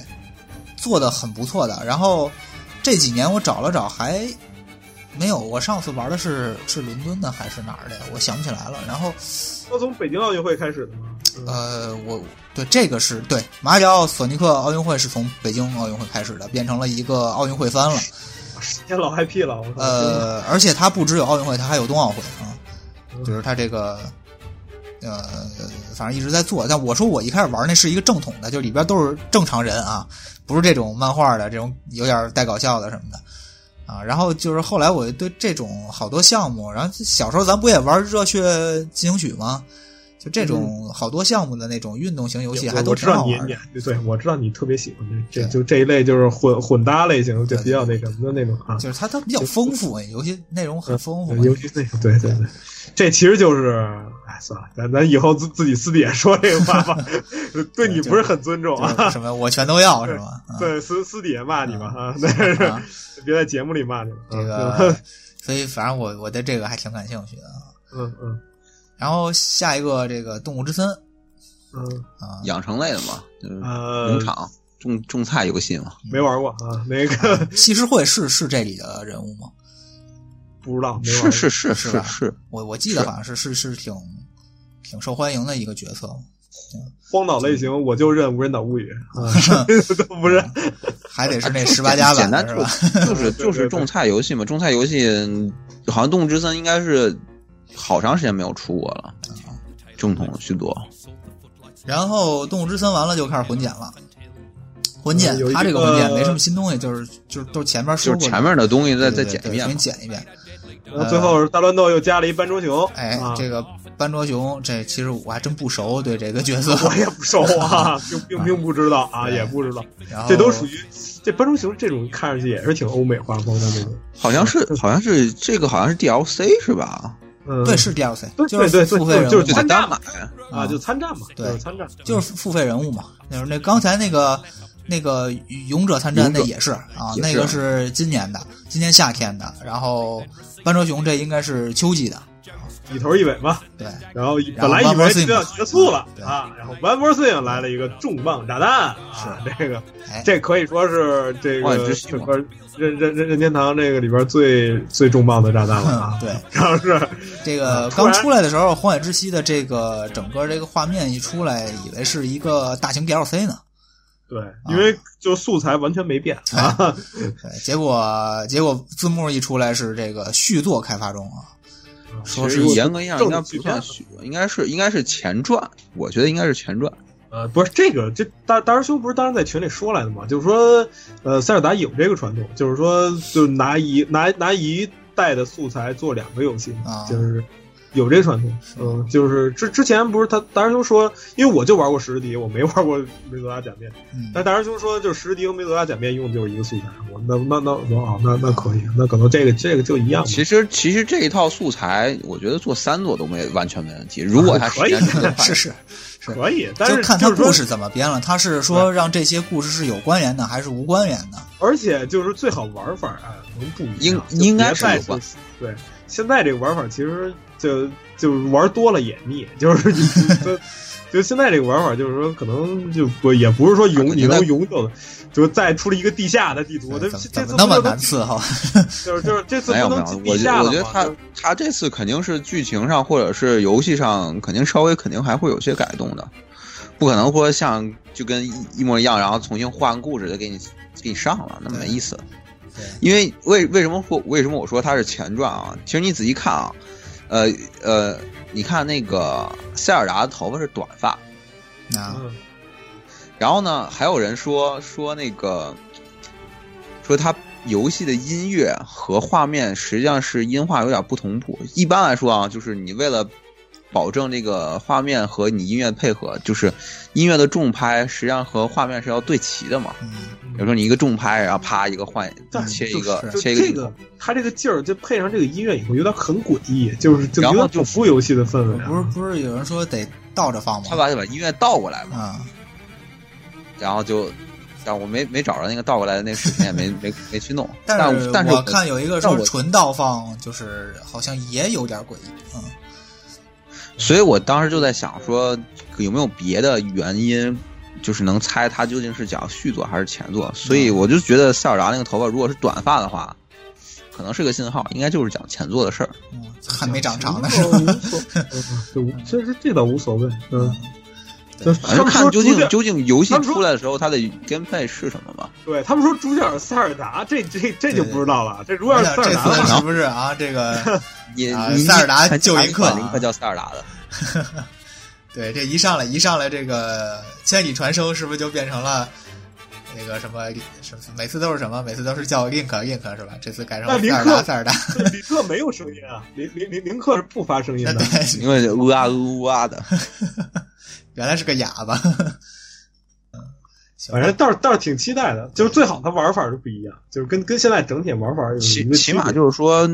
Speaker 1: 做的很不错的。然后这几年我找了找，还没有。我上次玩的是是伦敦的还是哪儿的呀？我想不起来了。然后
Speaker 2: 要从北京奥运会开始的吗？嗯
Speaker 1: 呃，我对这个是对马里奥索尼克奥运会是从北京奥运会开始的，变成了一个奥运会番了。
Speaker 2: 十年老 IP 了，我操！
Speaker 1: 呃，而且它不只有奥运会，它还有冬奥会啊，
Speaker 2: 嗯
Speaker 1: 就是它这个，呃，反正一直在做。但我说我一开始玩那是一个正统的，就里边都是正常人啊，不是这种漫画的这种有点带搞笑的什么的啊。然后就是后来我对这种好多项目，然后小时候咱不也玩热血进行曲吗？就这种好多项目的那种运动型游戏，还
Speaker 2: 我
Speaker 1: 都
Speaker 2: 我知
Speaker 1: 挺好
Speaker 2: 道你
Speaker 1: 玩的。
Speaker 2: 你对，我知道你特别喜欢这
Speaker 1: 对
Speaker 2: 这就这一类就是混混搭类型，就比较那什么的那种啊，
Speaker 1: 就是它它比较丰富，游戏内容很丰富嘛。
Speaker 2: 嗯尤其那个对对对，这其实就是哎算了，咱咱以后自自己私底下说这个 话吧，对你不是很尊重
Speaker 1: 就是
Speaker 2: 啊。
Speaker 1: 什么我全都要是吗？啊
Speaker 2: 对，私私底下骂你吧啊， 但是别在节目里骂你。啊
Speaker 1: 这个，啊 所以反正我我对这个还挺感兴趣的。啊。
Speaker 2: 嗯嗯
Speaker 1: 然后下一个这个《动物之森》
Speaker 2: 嗯
Speaker 1: 啊，
Speaker 3: 养成类的嘛，就是
Speaker 2: 呃
Speaker 3: 农，场种种菜游戏嘛。
Speaker 2: 没玩过啊，那个
Speaker 1: 西施惠是是这里的人物吗？
Speaker 2: 不知道，没玩
Speaker 3: 是
Speaker 2: 过
Speaker 3: 是是
Speaker 1: 是
Speaker 3: 是
Speaker 1: 吧
Speaker 3: 是，
Speaker 1: 我我记得好像是是是挺挺受欢迎的一个角色，
Speaker 2: 荒岛类型，我就认《无人岛物语》
Speaker 1: 嗯
Speaker 2: 啊，都不认。
Speaker 1: 还得是那十八加
Speaker 3: 简
Speaker 1: 版
Speaker 3: 单
Speaker 1: 的是吧？
Speaker 3: 就是
Speaker 2: 对对
Speaker 3: 就是
Speaker 2: 对
Speaker 3: 种菜游戏嘛，种菜游戏嗯好像《动物之森》应该是好长时间没有出过了，
Speaker 1: 嗯
Speaker 3: 正统的居多。
Speaker 1: 然后《动物之森》完了就开始混剪了，文件
Speaker 2: 有一，
Speaker 1: 它这
Speaker 2: 个
Speaker 1: 文件没什么新东西，就是就是都是前面
Speaker 3: 就
Speaker 1: 说
Speaker 3: 是
Speaker 1: 过的，
Speaker 3: 前面的东西再再
Speaker 1: 对
Speaker 3: 剪
Speaker 1: 对对
Speaker 3: 一遍
Speaker 1: 重新。
Speaker 3: 嘛
Speaker 1: 剪一遍。
Speaker 2: 然后最后大乱斗又加了一斑竹熊，
Speaker 1: 哎，
Speaker 2: 啊、
Speaker 1: 这个斑卓熊，这其实我还真不熟，对这个角色。
Speaker 2: 我也不熟啊，并并并不知道啊，
Speaker 1: 嗯对嗯
Speaker 2: 也不知道，
Speaker 1: 然后
Speaker 2: 这都属于这斑竹熊这种看上去也是挺欧美画风的那种，
Speaker 3: 好像是，好像是这个，好像是 DLC 是吧？
Speaker 2: 嗯，
Speaker 1: 对是 DLC，
Speaker 2: 对
Speaker 1: 就是
Speaker 2: 对对
Speaker 1: 付
Speaker 2: 对
Speaker 1: 费人物嘛，
Speaker 2: 就是
Speaker 3: 就得
Speaker 2: 参加
Speaker 3: 单买
Speaker 2: 嘛。啊，
Speaker 1: 啊
Speaker 2: 就参战嘛，
Speaker 1: 对
Speaker 2: 就是参战，
Speaker 1: 就是付费人物嘛。就是那刚才那个那个勇者参战那
Speaker 3: 勇者
Speaker 1: 也是啊，
Speaker 3: 也是
Speaker 1: 那个是今年的，今年夏天的。然后斑卓熊这应该是秋季的，
Speaker 2: 一头一尾嘛。
Speaker 1: 对
Speaker 2: 然后
Speaker 1: 然后
Speaker 2: 本来
Speaker 1: One
Speaker 2: 以
Speaker 1: More
Speaker 2: 为
Speaker 1: Thing
Speaker 2: 就要结束了
Speaker 1: 对
Speaker 2: 啊，然后 One More Thing 来了一个重磅炸弹啊，这个
Speaker 1: 哎
Speaker 2: 这可以说是这
Speaker 3: 万
Speaker 2: 个
Speaker 3: 之幸
Speaker 2: 整个任任任任天堂这个里边最最重磅的炸弹了啊
Speaker 1: 嗯，，对。
Speaker 2: 然后是
Speaker 1: 这个刚出来的时候，《荒野之息》的这个整个这个画面一出来，以为是一个大型 DLC 呢，
Speaker 2: 对，
Speaker 3: 啊
Speaker 2: 因为就素材完全没变啊，
Speaker 1: 对，结果结果字幕一出来是这个续作开发中啊，
Speaker 3: 说是严格意义上应该不算续，应该是应该是前传，我觉得应该是前传。
Speaker 2: 呃，不是这个，这大大师兄不是当时在群里说来的嘛，就是说，呃，塞尔达有这个传统，就是说，就拿一拿拿一代的素材做两个游戏，
Speaker 1: 啊
Speaker 2: 就是有这个传统。嗯，就是之之前不是他大师兄说，因为我就玩过史诗迪，我没玩过梅泽拉假面，
Speaker 1: 嗯，
Speaker 2: 但大师兄说，就是史诗迪和梅泽拉假面用的就是一个素材，我那那那我啊，那那可以，那可能这个这个就一样吧。
Speaker 3: 其实其实这一套素材，我觉得做三座都没完全没问题。如果它时间
Speaker 2: 可以
Speaker 3: 真的
Speaker 1: 是是，
Speaker 2: 可以，但
Speaker 1: 就是看
Speaker 2: 就
Speaker 1: 他
Speaker 2: 是说
Speaker 1: 故事怎么编了，他是说让这些故事是有关联的还是无关联的？
Speaker 2: 而且就是最好玩法啊，能不一样？
Speaker 3: 应
Speaker 2: 就别
Speaker 3: 应该是
Speaker 2: 再
Speaker 3: 有吧
Speaker 2: 对，现在这个玩法其实就就是玩多了也腻，就是你 就就现在这个玩法就是说，可能就不也不是说永
Speaker 3: 啊
Speaker 2: 你能
Speaker 3: 现在
Speaker 2: 永久的，就再出了一个地下的地图，这
Speaker 1: 怎么
Speaker 2: 这
Speaker 1: 怎么
Speaker 2: 这次
Speaker 1: 那么
Speaker 2: 不就
Speaker 1: 难伺候？
Speaker 2: 就是就是这次
Speaker 3: 没有
Speaker 2: 不
Speaker 3: 没
Speaker 2: 能
Speaker 3: 有
Speaker 2: 进，地
Speaker 3: 我觉
Speaker 2: 下
Speaker 3: 得
Speaker 2: 了
Speaker 3: 我觉得
Speaker 2: 吗
Speaker 3: 他
Speaker 2: 就是
Speaker 3: 他这次肯定是剧情上或者是游戏上肯定稍微肯定还会有些改动的，不可能说像就跟一一模一样，然后重新换个故事再给你给你上了，那
Speaker 1: 对
Speaker 3: 没意思
Speaker 1: 对。
Speaker 3: 因为为为什么说为什么我说它是前传啊？其实你仔细看啊，呃呃，你看那个塞尔达的头发是短发，
Speaker 1: 啊，
Speaker 2: 嗯
Speaker 3: 然后呢，还有人说说那个，说它游戏的音乐和画面实际上是音画有点不同步。一般来说啊，就是你为了保证这个画面和你音乐配合，就是音乐的重拍实际上和画面是要对齐的嘛。
Speaker 1: 嗯，
Speaker 3: 比如说你一个重拍，然后啪一个换
Speaker 2: 但
Speaker 3: 切一个
Speaker 2: 就
Speaker 3: 切一
Speaker 2: 这
Speaker 3: 个镜头
Speaker 2: 个，他这个劲儿，就配上这个音乐以后，有点很诡异，就是就有
Speaker 3: 然后
Speaker 2: 点
Speaker 3: 就
Speaker 2: 恐怖游戏的氛围啊。
Speaker 1: 不是不是有人说得倒着放
Speaker 3: 他
Speaker 1: 吗？
Speaker 3: 把把音乐倒过来嘛，
Speaker 1: 啊，
Speaker 3: 然后就。但我没没找着那个倒过来的那个视频，也没没没去弄。但
Speaker 1: 但
Speaker 3: 但是
Speaker 1: 我看有一个
Speaker 3: 但
Speaker 1: 说
Speaker 3: 我
Speaker 1: 纯倒放，就是好像也有点诡异，嗯，
Speaker 3: 所以我当时就在想说，有没有别的原因，就是能猜它究竟是讲续作还是前作？所以我就觉得塞尔达那个头发如果是短发的话，可能是个信号，应该就是讲前作的事儿。
Speaker 1: 嗯还没长长呢，
Speaker 2: 这无所谓，嗯这这这倒无所谓， 嗯，
Speaker 1: 对
Speaker 2: 就是
Speaker 3: 反
Speaker 2: 他
Speaker 3: 正
Speaker 2: 们
Speaker 3: 看
Speaker 2: 说
Speaker 3: 究
Speaker 2: 主
Speaker 3: 竟
Speaker 2: 角，
Speaker 3: 究竟游戏
Speaker 2: 他们说
Speaker 3: 出来的时候它的 gameplay 是什么吧。
Speaker 2: 对他们说主角是塞尔达，这这这就不知道了。这如果要
Speaker 1: 而
Speaker 2: 是
Speaker 1: 且
Speaker 2: 塞尔
Speaker 1: 哎这
Speaker 2: 达的
Speaker 1: 次
Speaker 2: 话，
Speaker 1: 是不是啊？这个
Speaker 3: 也
Speaker 1: 啊
Speaker 3: 你
Speaker 1: 塞尔达救
Speaker 3: 一
Speaker 1: 银客啊
Speaker 3: 林克叫塞尔达的，
Speaker 1: 对，这一上来一上来，这个千里传声是不是就变成了那个什么什么？每次都是什么？每次都是叫 Link Link 是吧？这次改成
Speaker 2: 那林
Speaker 1: 塞尔
Speaker 2: 克
Speaker 1: 达塞尔达，
Speaker 2: 林克没有声音啊，林林林林克是不发声音的。
Speaker 1: 对，
Speaker 3: 因为呃啊呃啊的。
Speaker 1: 原来是个哑巴。嗯行吧
Speaker 2: 反正倒是倒是挺期待的，就是最好的玩法是不一样，就是跟跟现在整体玩法有嗯一
Speaker 3: 起
Speaker 2: 个
Speaker 3: 起码
Speaker 2: 区别
Speaker 3: 就是说，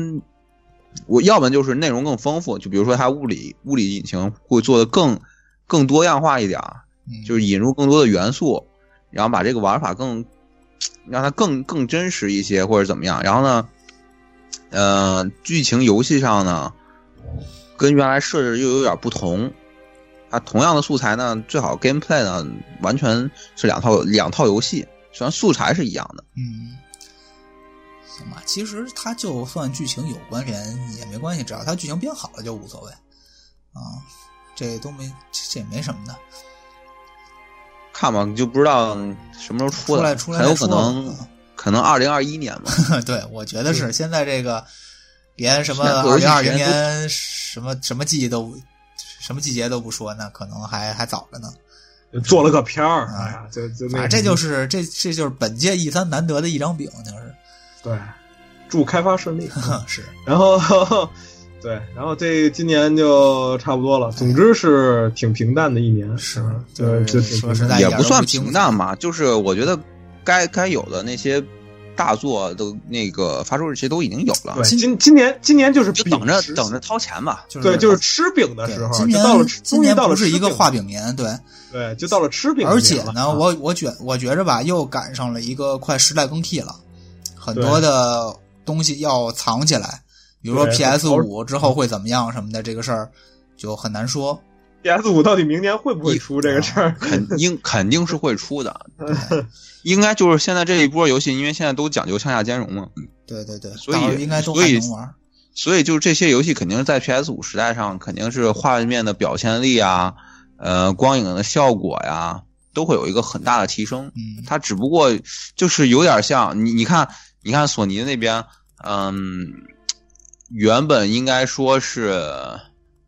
Speaker 3: 我要不然就是内容更丰富，就比如说它物理物理引擎会做的更更多样化一点儿，
Speaker 1: 嗯
Speaker 3: 就是引入更多的元素，然后把这个玩法更让它更更真实一些，或者怎么样。然后呢，呃，剧情游戏上呢，跟原来设置又有点不同。它同样的素材呢，最好 gameplay 呢完全是两套两套游戏，虽然素材是一样的。
Speaker 1: 嗯，行吧。其实它就算剧情有关联也没关系，只要它剧情编好了就无所谓啊。这都没这这也没什么的，
Speaker 3: 看吧，你就不知道什么时候
Speaker 1: 出
Speaker 3: 出
Speaker 1: 来
Speaker 3: 的，
Speaker 1: 出来
Speaker 3: 很有
Speaker 1: 再
Speaker 3: 可
Speaker 1: 说啊
Speaker 3: 能
Speaker 1: 吧。
Speaker 3: 可能二零二一年吧。
Speaker 1: 对，我觉得是现在这个连什么
Speaker 3: 现在
Speaker 1: 二
Speaker 3: 做游戏
Speaker 1: 零二零
Speaker 3: 时间都
Speaker 1: 年什么什么季都什么季节都不说，那可能还还早着呢。
Speaker 2: 做了个片儿，
Speaker 1: 啊
Speaker 2: 哎呀，就就
Speaker 1: 反
Speaker 2: 那
Speaker 1: 正这就是这这就是本届 E 三难得的一张饼，就是
Speaker 2: 对，祝开发顺利。
Speaker 1: 哼是
Speaker 2: 然后，对，然后这今年就差不多了。总之是挺平淡的一年，
Speaker 1: 是
Speaker 2: 就
Speaker 1: 就
Speaker 2: 就是挺
Speaker 1: 说实在
Speaker 3: 也
Speaker 1: 一点
Speaker 3: 不
Speaker 1: 都
Speaker 3: 算
Speaker 1: 不精
Speaker 3: 平
Speaker 1: 彩
Speaker 3: 淡吧，就是我觉得该该有的那些大作都那个发售日期都已经有了
Speaker 2: 对，，今今年今年就是
Speaker 3: 就
Speaker 2: 饼
Speaker 3: 等着
Speaker 2: 时期
Speaker 3: 等着，掏钱吧。
Speaker 1: 就是
Speaker 2: 对，就是吃饼的
Speaker 1: 对
Speaker 2: 时候，
Speaker 1: 今
Speaker 2: 就
Speaker 1: 年
Speaker 2: 到了吃，
Speaker 1: 今
Speaker 2: 终于
Speaker 1: 年
Speaker 2: 到
Speaker 1: 不
Speaker 2: 了
Speaker 1: 是一
Speaker 2: 吃
Speaker 1: 个
Speaker 2: 饼
Speaker 1: 画饼年，对，
Speaker 2: 对，就到了吃饼的年了。
Speaker 1: 而且呢，
Speaker 2: 啊
Speaker 1: 我我觉我觉着吧，又赶上了一个快时代更替了，很多的东西要藏起来，比如说
Speaker 2: 对
Speaker 1: PS
Speaker 2: 我
Speaker 1: 五之后会怎么样什么的，这个事儿就很难 说。
Speaker 2: PS 五到底明年会不会出这个事儿？
Speaker 3: 肯应肯定是会出的，
Speaker 1: 哎
Speaker 3: 应该就是现在这一波游戏，因为现在都讲究向下兼容嘛，
Speaker 1: 对对对，
Speaker 3: 所以
Speaker 1: 到时候应该都
Speaker 3: 所
Speaker 1: 还
Speaker 3: 以
Speaker 1: 能玩。
Speaker 3: 所以就是这些游戏肯定是在 PS 五时代上，肯定是画面的表现力啊，呃，光影的效果呀，都会有一个很大的提升。
Speaker 1: 嗯，
Speaker 3: 它只不过就是有点像你，你看，你看索尼那边，嗯，原本应该说是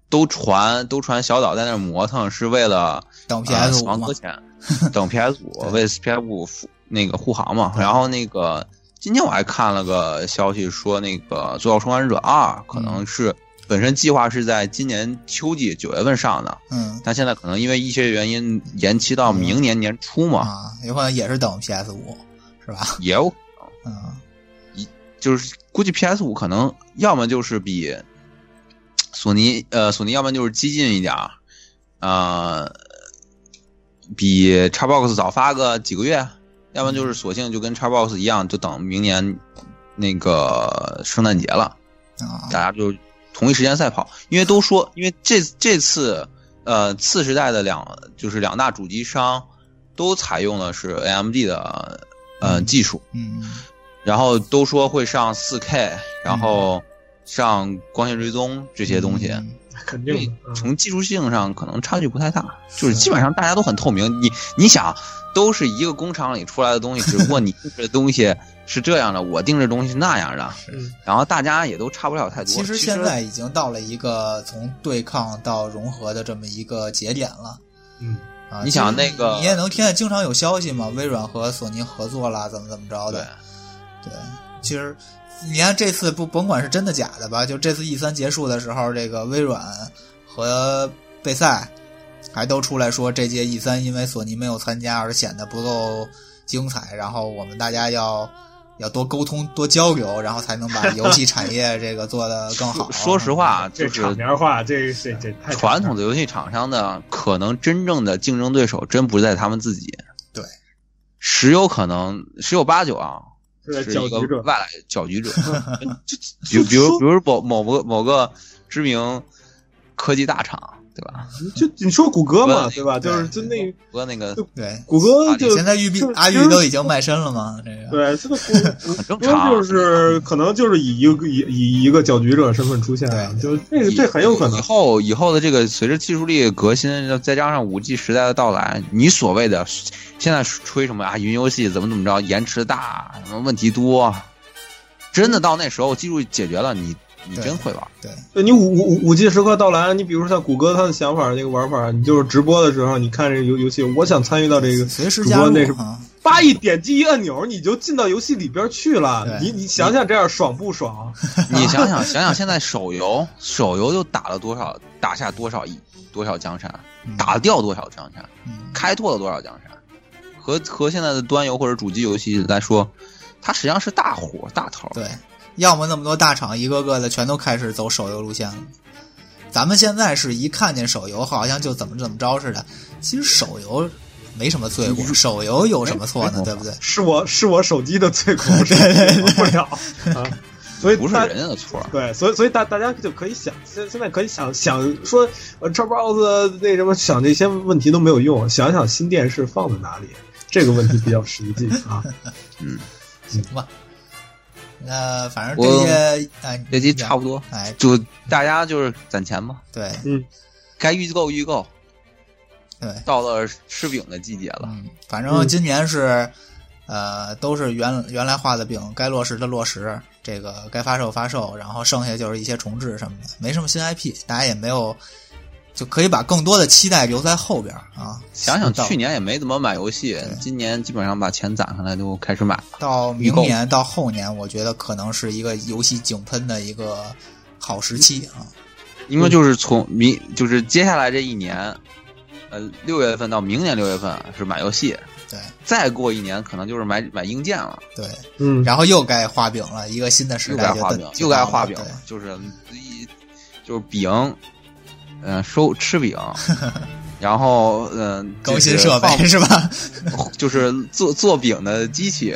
Speaker 3: 都传都传小岛在那儿磨腾，是为了
Speaker 1: 等
Speaker 3: 呃
Speaker 1: PS
Speaker 3: 死
Speaker 1: 五
Speaker 3: 亡
Speaker 1: 嘛
Speaker 3: 搁，浅， 等 PS 五
Speaker 1: 对
Speaker 3: 为 PS 五那个护航嘛。然后那个今天我还看了个消息说，那个《最后生还者二》可
Speaker 1: 嗯
Speaker 3: 能是本身计划是在今年秋季九月份上的，
Speaker 1: 嗯
Speaker 3: 但现在可能因为一些原因延期到明年年初嘛，
Speaker 1: 啊，有可能也是等 PS 五，是吧？
Speaker 3: 也有
Speaker 1: 嗯，
Speaker 3: 就是估计 PS 五可能要么就是比索尼呃索尼，要么就是激进一点儿，呃，比 Xbox 早发个几个月，要么就是索性就跟 Xbox 一样，就等明年那个圣诞节了，
Speaker 1: 啊，
Speaker 3: 大家就同一时间赛跑，因为都说，因为这这次呃次时代的两就是两大主机商都采用的是 AMD 的呃
Speaker 1: 嗯
Speaker 3: 技术。
Speaker 1: 嗯，
Speaker 3: 然后都说会上4 K，然后上光线追踪这些东西，
Speaker 1: 嗯
Speaker 2: 肯定的。嗯
Speaker 3: 从技术性上可能差距不太大，就是基本上大家都很透明。你你想，都是一个工厂里出来的东西， 只不过你定制的东西是这样的，我定制的东西是那样的，
Speaker 2: 嗯
Speaker 3: 然后大家也都差不了太多。
Speaker 1: 其
Speaker 3: 其
Speaker 1: 实现在已经到了一个从对抗到融合的这么一个节点了。
Speaker 2: 嗯，
Speaker 1: 啊，
Speaker 3: 你想
Speaker 1: 其实
Speaker 3: 那个
Speaker 1: 你也能听见经常有消息嘛，微软和索尼合作啦，怎么怎么着
Speaker 3: 对
Speaker 1: 的。对，其实你看这次不甭管是真的假的吧，就这次 E 三结束的时候，这个微软和贝赛还都出来说，这届 E 三因为索尼没有参加而显得不够精彩，然后我们大家要。要多沟通、多交流，然后才能把游戏产业这个做得更好。 嗯
Speaker 3: 说说实话，啊
Speaker 2: 这
Speaker 3: 就是
Speaker 2: 场面话，这这这太
Speaker 3: 传统
Speaker 2: 的
Speaker 3: 的游戏厂商的可能真正的竞争对手，真不是在他们自己，
Speaker 1: 对，
Speaker 3: 十有可能十有八九啊，
Speaker 2: 是在
Speaker 3: 是
Speaker 2: 呃搅
Speaker 3: 一个
Speaker 2: 局者。
Speaker 3: 外来 搅局者，就比如比如某某个某个知名科技大厂，对吧？
Speaker 2: 就你说谷歌嘛，
Speaker 3: 对啊
Speaker 2: 对吧？
Speaker 1: 对
Speaker 2: 就是就那
Speaker 3: 谷歌那个
Speaker 1: 对，
Speaker 2: 谷歌就
Speaker 1: 现在育碧
Speaker 2: 就是
Speaker 1: 阿玉都已经卖身了嘛，这个
Speaker 2: 对这个 谷
Speaker 3: 很正
Speaker 2: 谷歌
Speaker 3: 常，
Speaker 2: 就是可能就是以一个以以以一个搅局者身份出现啊，
Speaker 1: 对
Speaker 2: 就是这个
Speaker 3: 以
Speaker 2: 这很有可能
Speaker 3: 以。后以后的这个随着技术力革新，再加上五 G 时代的到来，你所谓的现在吹什么啊云游戏怎么怎么着，延迟大，什么问题多，真的到那时候技术解决了，你你
Speaker 1: 对
Speaker 3: 真会 玩。
Speaker 1: 对，
Speaker 2: 对你五五五五 G 时刻到来，你比如说像谷歌他的想法那个玩法，你就是直播的时候，你看这个游游戏，我想参与到这个，
Speaker 1: 随时
Speaker 2: 主
Speaker 1: 加
Speaker 2: 播
Speaker 1: 入
Speaker 2: 那是
Speaker 1: 啊，
Speaker 2: 叭一点击一按钮，你就进到游戏里边去了。
Speaker 1: 对
Speaker 2: 你你想想这样爽不爽？
Speaker 3: 你想想，想想现在手游，手游又打了多少，打下多少亿，多少江山，
Speaker 1: 嗯
Speaker 3: 打掉多少江山，
Speaker 1: 嗯
Speaker 3: 开拓了多少江山，和和现在的端游或者主机游戏来说，它实际上是大火大头。
Speaker 1: 对，要么那么多大厂一个个的全都开始走手游路线了。咱们现在是一看见手游，好像就怎么怎么着似的。其实手游没什么罪过，手游有什么错呢？
Speaker 3: 嗯没
Speaker 1: 对
Speaker 3: 错
Speaker 1: 不对？
Speaker 2: 是我是我手机的罪过，我手机玩不了啊。所以
Speaker 3: 不是
Speaker 2: 大
Speaker 3: 人家的错儿，
Speaker 2: 对，所以所以大大家就可以想，现现在可以想想说，呃，Xbox 那什么想这些问题都没有用，想想新电视放在哪里，这个问题比较实际啊。
Speaker 3: 嗯，
Speaker 1: 那反正
Speaker 3: 我
Speaker 1: 这些，哎，
Speaker 3: 这期差不多，
Speaker 1: 哎，
Speaker 3: 就大家就是攒钱吧，
Speaker 1: 对，
Speaker 2: 嗯，
Speaker 3: 该预购预购，
Speaker 1: 对，
Speaker 3: 到了吃饼的季节了，
Speaker 1: 嗯，反正今年是，呃，都是原原来画的饼，该落实的落实，这个该发售发售，然后剩下就是一些重置什么的，没什么新 IP，大家也没有就可以把更多的期待留在后边儿啊。
Speaker 3: 想想
Speaker 1: 到
Speaker 3: 去年也没怎么买游戏，今年基本上把钱攒上来就开始买了。
Speaker 1: 到
Speaker 3: 预
Speaker 1: 明
Speaker 3: 购
Speaker 1: 年到后年，我觉得可能是一个游戏井喷的一个好时期啊。
Speaker 3: 因为就是从明，就是接下来这一年，呃，六月份到明年六月份是买游戏，
Speaker 1: 对
Speaker 3: 再过一年可能就是买买硬件了，
Speaker 1: 对，
Speaker 2: 嗯，
Speaker 1: 然后又该画饼了，一个新的时
Speaker 3: 又
Speaker 1: 代
Speaker 3: 该
Speaker 1: 就
Speaker 3: 画
Speaker 1: 诞
Speaker 3: 饼，
Speaker 1: 就
Speaker 3: 又该
Speaker 1: 到了
Speaker 3: 画饼
Speaker 1: 对
Speaker 3: 了，就是一就是饼，嗯、收 吃饼，然后嗯、
Speaker 1: 更新设备
Speaker 3: 就是
Speaker 1: 吧？
Speaker 3: 放，就是做做饼的机器，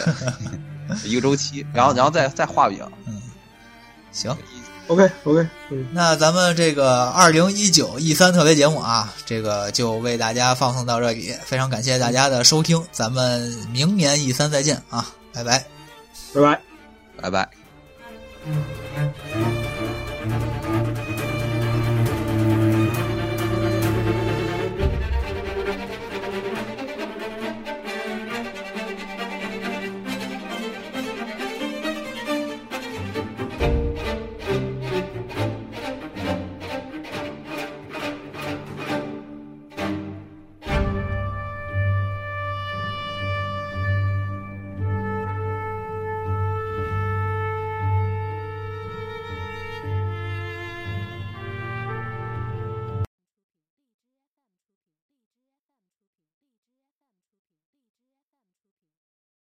Speaker 3: 一个周期，然后然后再再画饼，
Speaker 1: 行，
Speaker 2: OK OK，嗯，
Speaker 1: 那咱们这个二零一九 E 三特别节目啊，这个就为大家放送到这里，非常感谢大家的收听，咱们明年 E 三再见啊，拜拜。
Speaker 2: 拜拜。
Speaker 3: 拜拜。
Speaker 2: 嗯